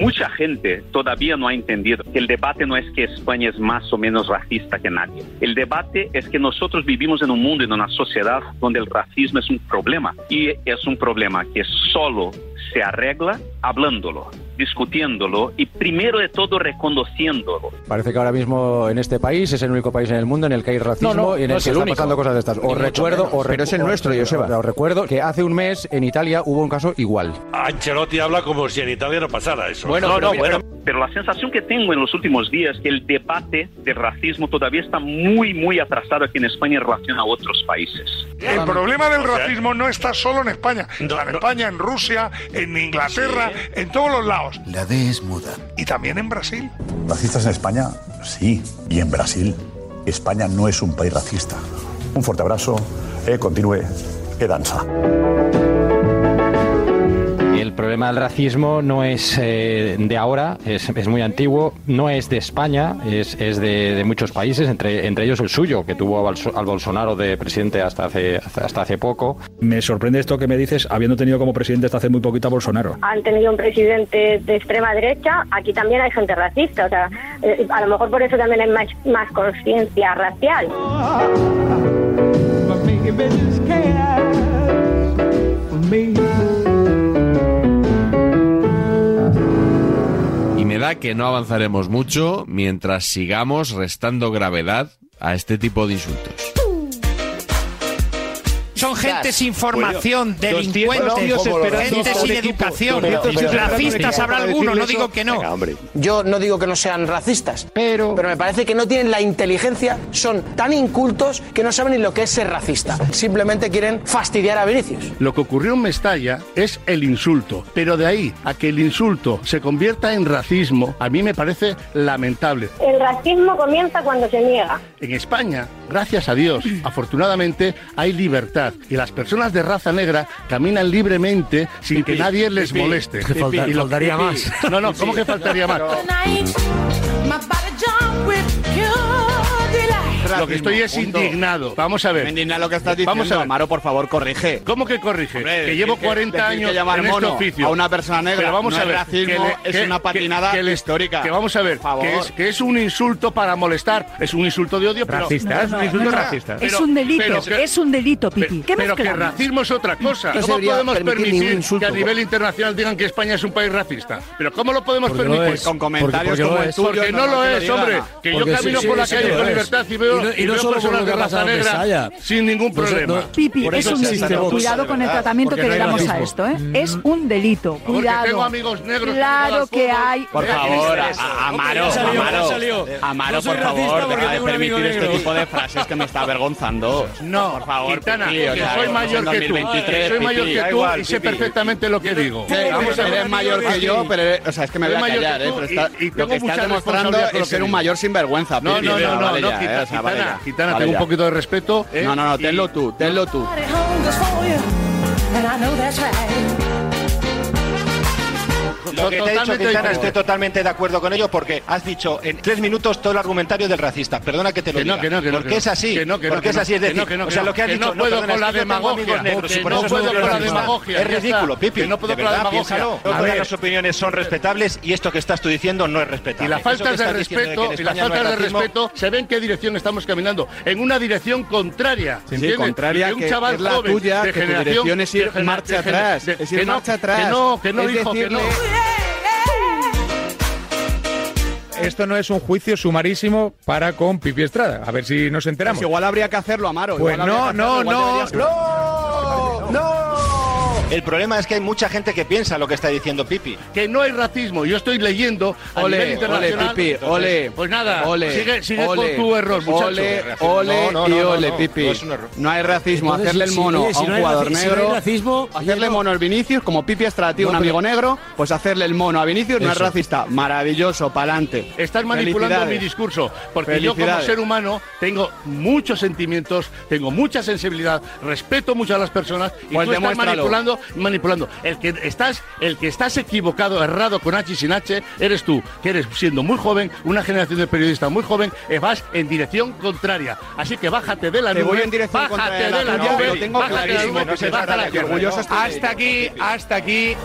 [SPEAKER 6] Mucha gente todavía no ha entendido que el debate no es que España es más o menos racista que nadie. El debate es que nosotros vivimos en un mundo, en una sociedad donde el racismo es un problema. Y es un problema que solo se arregla hablándolo, discutiéndolo y primero de todo reconociéndolo.
[SPEAKER 28] Parece que ahora mismo en este país es el único país en el mundo en el que hay racismo No, no, y en el no que es el están único. pasando cosas de estas. Ni Os mucho recuerdo, menos. os Pero es el nuestro, Joseba. Os recuerdo que hace un mes en Italia hubo un caso igual.
[SPEAKER 17] Ancelotti habla como si en Italia no pasara eso.
[SPEAKER 6] Pero la sensación que tengo en los últimos días es que el debate de racismo todavía está muy, muy atrasado aquí en España en relación a otros países.
[SPEAKER 19] El problema del
[SPEAKER 6] O sea-
[SPEAKER 19] racismo no está solo en España. Está en España, en Rusia, en Inglaterra, en todos los lados.
[SPEAKER 13] La D es muda.
[SPEAKER 19] Y también en Brasil.
[SPEAKER 13] ¿Racistas en España? Sí. Y en Brasil. España no es un país racista. Un fuerte abrazo. Eh, continúe. Que danza.
[SPEAKER 28] El problema del racismo no es eh, de ahora, es, es muy antiguo, no es de España, es, es de, de muchos países, entre, entre ellos el suyo, que tuvo a Balso- al Bolsonaro de presidente hasta hace, hasta hace poco.
[SPEAKER 37] Me sorprende esto que me dices, habiendo tenido como presidente hasta hace muy poquito a Bolsonaro.
[SPEAKER 15] han tenido un presidente de extrema derecha, aquí también hay gente racista. O sea, eh, a lo mejor por eso también hay más, más conciencia racial.
[SPEAKER 2] Y me da que no avanzaremos mucho mientras sigamos restando gravedad a este tipo de insultos.
[SPEAKER 38] Son gente sin formación,
[SPEAKER 17] Bueno,
[SPEAKER 38] delincuentes,
[SPEAKER 17] 200 tíos esperando
[SPEAKER 38] gente
[SPEAKER 17] por
[SPEAKER 38] sin
[SPEAKER 17] equipo.
[SPEAKER 38] educación,
[SPEAKER 17] 200 tíos
[SPEAKER 38] racistas
[SPEAKER 17] esperando
[SPEAKER 38] habrá
[SPEAKER 17] para
[SPEAKER 38] alguno, no
[SPEAKER 17] decirle
[SPEAKER 38] digo
[SPEAKER 17] eso.
[SPEAKER 38] que no.
[SPEAKER 17] Venga, hombre.
[SPEAKER 3] Yo no digo que no sean racistas, pero... pero me parece que no tienen la inteligencia, son tan incultos que no saben ni lo que es ser racista. Simplemente quieren fastidiar a Vinicius. Lo que ocurrió en Mestalla es el insulto, pero de ahí a que el insulto se convierta en racismo, a mí me parece lamentable.
[SPEAKER 15] El racismo comienza cuando se niega.
[SPEAKER 3] En España, gracias a Dios, afortunadamente hay libertad y las personas de raza negra caminan libremente sin que nadie les pipí, moleste. que falta- Y lo- faltaría más. No, no, ¿cómo que faltaría más? Pero- lo que estoy es
[SPEAKER 6] punto.
[SPEAKER 3] indignado. Vamos a ver.
[SPEAKER 6] Me indigna lo que estás diciendo,
[SPEAKER 3] Vamos a ver.
[SPEAKER 6] Amaro, por favor, corrige.
[SPEAKER 3] ¿Cómo que corrige?
[SPEAKER 6] Hombre,
[SPEAKER 3] que
[SPEAKER 6] decir
[SPEAKER 3] llevo
[SPEAKER 6] que-
[SPEAKER 3] 40
[SPEAKER 6] decir que
[SPEAKER 3] años
[SPEAKER 6] llamar
[SPEAKER 3] en este
[SPEAKER 6] mono
[SPEAKER 3] oficio.
[SPEAKER 6] a una persona negra
[SPEAKER 3] Pero vamos
[SPEAKER 6] no
[SPEAKER 3] a
[SPEAKER 6] es
[SPEAKER 3] ver.
[SPEAKER 6] racismo, es una patinada
[SPEAKER 3] le-
[SPEAKER 6] histórica.
[SPEAKER 3] Que vamos a ver.
[SPEAKER 6] Por favor.
[SPEAKER 3] Que es, que es un insulto para molestar. Es un insulto de odio. pero-
[SPEAKER 8] Racista,
[SPEAKER 3] pero,
[SPEAKER 8] es un insulto
[SPEAKER 3] pero-
[SPEAKER 8] racista.
[SPEAKER 3] pero-
[SPEAKER 10] es un delito,
[SPEAKER 3] pero que-
[SPEAKER 10] es un delito, Pipi. ¿Qué
[SPEAKER 3] pero que
[SPEAKER 10] mezclamos?
[SPEAKER 3] racismo es otra cosa.
[SPEAKER 10] No se
[SPEAKER 3] ¿Cómo
[SPEAKER 10] debería
[SPEAKER 3] podemos
[SPEAKER 10] permitir ningún
[SPEAKER 3] permitir que
[SPEAKER 10] insulto.
[SPEAKER 3] a nivel internacional digan que España es un país racista? ¿Pero cómo lo podemos
[SPEAKER 6] Porque lo
[SPEAKER 3] permitir?
[SPEAKER 6] es. Con comentarios Porque- porque como lo el es. tuyo,
[SPEAKER 3] Porque no
[SPEAKER 6] no,
[SPEAKER 3] lo
[SPEAKER 6] que lo
[SPEAKER 3] es,
[SPEAKER 6] digan.
[SPEAKER 3] hombre. Que yo
[SPEAKER 6] Porque sí,
[SPEAKER 3] camino
[SPEAKER 6] sí,
[SPEAKER 3] por la
[SPEAKER 6] sí
[SPEAKER 3] calle
[SPEAKER 6] que
[SPEAKER 3] con
[SPEAKER 6] lo es.
[SPEAKER 3] libertad y veo
[SPEAKER 6] Y no- y
[SPEAKER 3] y
[SPEAKER 6] no
[SPEAKER 3] veo
[SPEAKER 6] solo por
[SPEAKER 3] personas
[SPEAKER 6] lo que
[SPEAKER 3] de
[SPEAKER 6] ha
[SPEAKER 3] raza
[SPEAKER 6] pasado en
[SPEAKER 3] negra
[SPEAKER 6] Besaya.
[SPEAKER 3] sin ningún
[SPEAKER 6] Por eso-
[SPEAKER 3] problema.
[SPEAKER 6] no,
[SPEAKER 10] Pipi,
[SPEAKER 3] Por
[SPEAKER 10] es
[SPEAKER 3] eso
[SPEAKER 10] un
[SPEAKER 3] se hace
[SPEAKER 10] delito.
[SPEAKER 3] votos,
[SPEAKER 10] Cuidado
[SPEAKER 3] de
[SPEAKER 10] con el
[SPEAKER 3] verdad.
[SPEAKER 10] tratamiento
[SPEAKER 3] Porque
[SPEAKER 10] que
[SPEAKER 3] no
[SPEAKER 10] le
[SPEAKER 3] hay
[SPEAKER 10] damos a
[SPEAKER 3] racismo.
[SPEAKER 10] esto, ¿eh? Es un delito.
[SPEAKER 3] que
[SPEAKER 10] Cuidado.
[SPEAKER 3] tengo amigos negros que juegan
[SPEAKER 10] Claro
[SPEAKER 3] al
[SPEAKER 10] que
[SPEAKER 3] fútbol.
[SPEAKER 10] hay.
[SPEAKER 6] Por
[SPEAKER 3] Mira,
[SPEAKER 6] favor,
[SPEAKER 3] ¿qué es eso?
[SPEAKER 6] a- a-
[SPEAKER 3] Hombre,
[SPEAKER 6] Amaro,
[SPEAKER 3] ya salió, ya
[SPEAKER 6] Amaro,
[SPEAKER 3] salió.
[SPEAKER 6] Amaro,
[SPEAKER 3] No soy
[SPEAKER 6] por favor,
[SPEAKER 3] racista
[SPEAKER 6] deja de
[SPEAKER 3] porque tengo un amigo
[SPEAKER 6] permitir este
[SPEAKER 3] negro.
[SPEAKER 6] tipo de frases que me está avergonzando.
[SPEAKER 3] No,
[SPEAKER 6] por favor,
[SPEAKER 3] Quintana,
[SPEAKER 6] Pipi, o
[SPEAKER 3] que
[SPEAKER 6] sea,
[SPEAKER 3] soy
[SPEAKER 6] estamos
[SPEAKER 3] mayor
[SPEAKER 6] en
[SPEAKER 3] que tú.
[SPEAKER 6] 2023,
[SPEAKER 3] soy
[SPEAKER 6] Pipi.
[SPEAKER 3] mayor que
[SPEAKER 6] Da
[SPEAKER 3] tú
[SPEAKER 6] igual,
[SPEAKER 3] y sé
[SPEAKER 6] Pipi.
[SPEAKER 3] perfectamente lo que digo.
[SPEAKER 6] Sí,
[SPEAKER 3] Vamos a ver.
[SPEAKER 6] eres mayor que yo, pero eres- o sea, es que me
[SPEAKER 3] Soy
[SPEAKER 6] voy a
[SPEAKER 3] mayor
[SPEAKER 6] callar,
[SPEAKER 3] que
[SPEAKER 6] eh,
[SPEAKER 3] tú
[SPEAKER 6] pero
[SPEAKER 3] y-
[SPEAKER 6] está-
[SPEAKER 3] y
[SPEAKER 6] lo
[SPEAKER 3] tengo
[SPEAKER 6] que estás
[SPEAKER 3] mucha
[SPEAKER 6] demostrando
[SPEAKER 3] responsabilidad con lo
[SPEAKER 6] es
[SPEAKER 3] que
[SPEAKER 6] ser un
[SPEAKER 3] digo.
[SPEAKER 6] mayor sinvergüenza.
[SPEAKER 3] No,
[SPEAKER 6] Pipi,
[SPEAKER 3] no,
[SPEAKER 6] venga,
[SPEAKER 3] no, no,
[SPEAKER 6] vale
[SPEAKER 3] no,
[SPEAKER 6] ya, eh,
[SPEAKER 3] quita-
[SPEAKER 6] o sea, vale
[SPEAKER 3] Gitana,
[SPEAKER 6] ya.
[SPEAKER 3] Gitana,
[SPEAKER 6] Vale
[SPEAKER 3] tengo un
[SPEAKER 6] ya.
[SPEAKER 3] poquito de respeto. ¿eh?
[SPEAKER 6] No, no, no,
[SPEAKER 3] Y-
[SPEAKER 6] tenlo tú, tenlo tú.
[SPEAKER 39] Lo que te he dicho,
[SPEAKER 3] Totalmente
[SPEAKER 39] Quintana,
[SPEAKER 3] de acuerdo.
[SPEAKER 39] estoy totalmente de acuerdo con ello porque has dicho en tres minutos todo el argumentario del racista. Perdona que te lo
[SPEAKER 3] Que no,
[SPEAKER 39] diga.
[SPEAKER 3] que no, que no,
[SPEAKER 39] porque
[SPEAKER 3] que no.
[SPEAKER 39] es así.
[SPEAKER 3] Que no, que no,
[SPEAKER 39] porque
[SPEAKER 3] que
[SPEAKER 39] es
[SPEAKER 3] no,
[SPEAKER 39] así. Es
[SPEAKER 3] que no,
[SPEAKER 39] decir,
[SPEAKER 3] que no,
[SPEAKER 39] o sea,
[SPEAKER 3] que no,
[SPEAKER 39] lo que has
[SPEAKER 3] que
[SPEAKER 39] dicho.
[SPEAKER 3] no puedo
[SPEAKER 39] perdona,
[SPEAKER 3] con
[SPEAKER 39] es
[SPEAKER 3] la
[SPEAKER 39] que yo tengo
[SPEAKER 3] demagogia,
[SPEAKER 39] amigos negros
[SPEAKER 3] que
[SPEAKER 39] y por
[SPEAKER 3] no
[SPEAKER 39] eso
[SPEAKER 3] puedo
[SPEAKER 39] soy
[SPEAKER 3] con la
[SPEAKER 39] racista.
[SPEAKER 3] demagogia,
[SPEAKER 39] Es
[SPEAKER 3] ya
[SPEAKER 39] ridículo,
[SPEAKER 3] está.
[SPEAKER 39] Pipi.
[SPEAKER 3] Que no puedo
[SPEAKER 39] de
[SPEAKER 3] con la
[SPEAKER 39] verdad,
[SPEAKER 3] demagogia.
[SPEAKER 39] piénsalo.
[SPEAKER 3] A
[SPEAKER 39] Todas
[SPEAKER 3] ver.
[SPEAKER 39] las opiniones son respetables y esto que estás tú diciendo no es respetable.
[SPEAKER 3] Y las
[SPEAKER 39] Eso
[SPEAKER 3] faltas
[SPEAKER 39] que
[SPEAKER 3] de
[SPEAKER 39] estás diciendo que
[SPEAKER 3] respeto,
[SPEAKER 39] en
[SPEAKER 3] y
[SPEAKER 39] España
[SPEAKER 3] las
[SPEAKER 39] no hay
[SPEAKER 3] faltas de
[SPEAKER 39] racismo,
[SPEAKER 3] respeto, se ve en qué dirección estamos caminando. En una dirección contraria.
[SPEAKER 6] Sí,
[SPEAKER 3] ¿entiendes?
[SPEAKER 6] contraria,
[SPEAKER 3] Y un
[SPEAKER 6] que
[SPEAKER 3] chaval
[SPEAKER 6] es la
[SPEAKER 3] joven
[SPEAKER 6] tuya,
[SPEAKER 3] de
[SPEAKER 6] que tu
[SPEAKER 3] generación-
[SPEAKER 6] dirección es ir
[SPEAKER 3] de gener-
[SPEAKER 6] marcha
[SPEAKER 3] de gener-
[SPEAKER 6] atrás,
[SPEAKER 3] de-
[SPEAKER 6] es ir
[SPEAKER 3] que no,
[SPEAKER 6] marcha atrás.
[SPEAKER 3] Que no, que no,
[SPEAKER 6] Es
[SPEAKER 3] hijo, que no.
[SPEAKER 6] decirle-
[SPEAKER 23] Esto no es un juicio sumarísimo para con Pipi Estrada. A ver si nos enteramos.
[SPEAKER 6] Pues igual habría que hacerlo, Amaro.
[SPEAKER 23] Pues
[SPEAKER 6] igual habría que
[SPEAKER 23] no,
[SPEAKER 6] hacerlo,
[SPEAKER 23] no,
[SPEAKER 6] igual
[SPEAKER 23] no.
[SPEAKER 6] deberías-
[SPEAKER 39] ¡No! ¡No! El problema es que hay mucha gente que piensa lo que está diciendo Pipi.
[SPEAKER 3] Que no hay racismo. Yo estoy leyendo a
[SPEAKER 6] Ole,
[SPEAKER 3] nivel internacional.
[SPEAKER 6] ole, Pipi,
[SPEAKER 3] Entonces,
[SPEAKER 6] ole.
[SPEAKER 3] Pues nada,
[SPEAKER 6] ole,
[SPEAKER 3] sigue, sigue
[SPEAKER 6] ole,
[SPEAKER 3] con tu error, muchacho.
[SPEAKER 6] Ole, ole
[SPEAKER 3] No, no,
[SPEAKER 6] y
[SPEAKER 3] no, no,
[SPEAKER 6] ole,
[SPEAKER 3] no,
[SPEAKER 6] Pipi.
[SPEAKER 3] no
[SPEAKER 6] No,
[SPEAKER 3] es un error.
[SPEAKER 6] hay racismo.
[SPEAKER 3] Entonces,
[SPEAKER 6] hacerle el
[SPEAKER 3] si-
[SPEAKER 6] mono
[SPEAKER 3] oye, si
[SPEAKER 6] a un
[SPEAKER 3] no hay
[SPEAKER 6] jugador
[SPEAKER 3] raci- si no hay
[SPEAKER 6] negro.
[SPEAKER 3] racismo,
[SPEAKER 6] hacerle mono al Vinicius, como Pipi Estrada tiene
[SPEAKER 3] No,
[SPEAKER 6] un
[SPEAKER 3] pero-
[SPEAKER 6] amigo negro, pues hacerle el mono a Vinicius no es
[SPEAKER 3] Eso.
[SPEAKER 6] racista. Maravilloso, pa'lante.
[SPEAKER 3] Estás manipulando mi
[SPEAKER 6] Felicidades.
[SPEAKER 3] discurso, porque yo como
[SPEAKER 6] Felicidades.
[SPEAKER 3] ser humano tengo muchos sentimientos, tengo mucha sensibilidad, respeto mucho a las personas y
[SPEAKER 6] Pues
[SPEAKER 3] tú estás
[SPEAKER 6] demuéstralo.
[SPEAKER 3] manipulando, manipulando. El que estás, el que estás equivocado, errado con H y sin H, eres tú, que eres siendo muy joven, una generación de periodistas muy joven, eh, vas en dirección contraria. Así que bájate de la
[SPEAKER 6] Te
[SPEAKER 3] nube.
[SPEAKER 6] voy en dirección
[SPEAKER 3] bájate
[SPEAKER 6] contraria
[SPEAKER 3] de
[SPEAKER 6] de la
[SPEAKER 3] la
[SPEAKER 6] tuya,
[SPEAKER 3] nube,
[SPEAKER 6] lo tengo
[SPEAKER 3] bájate de la
[SPEAKER 6] clarísimo,
[SPEAKER 3] nube,
[SPEAKER 6] no
[SPEAKER 3] que
[SPEAKER 6] se
[SPEAKER 3] te baja
[SPEAKER 6] trata
[SPEAKER 3] la
[SPEAKER 6] de que
[SPEAKER 3] cuerda.
[SPEAKER 6] orgulloso estoy de
[SPEAKER 3] Hasta aquí, hasta aquí.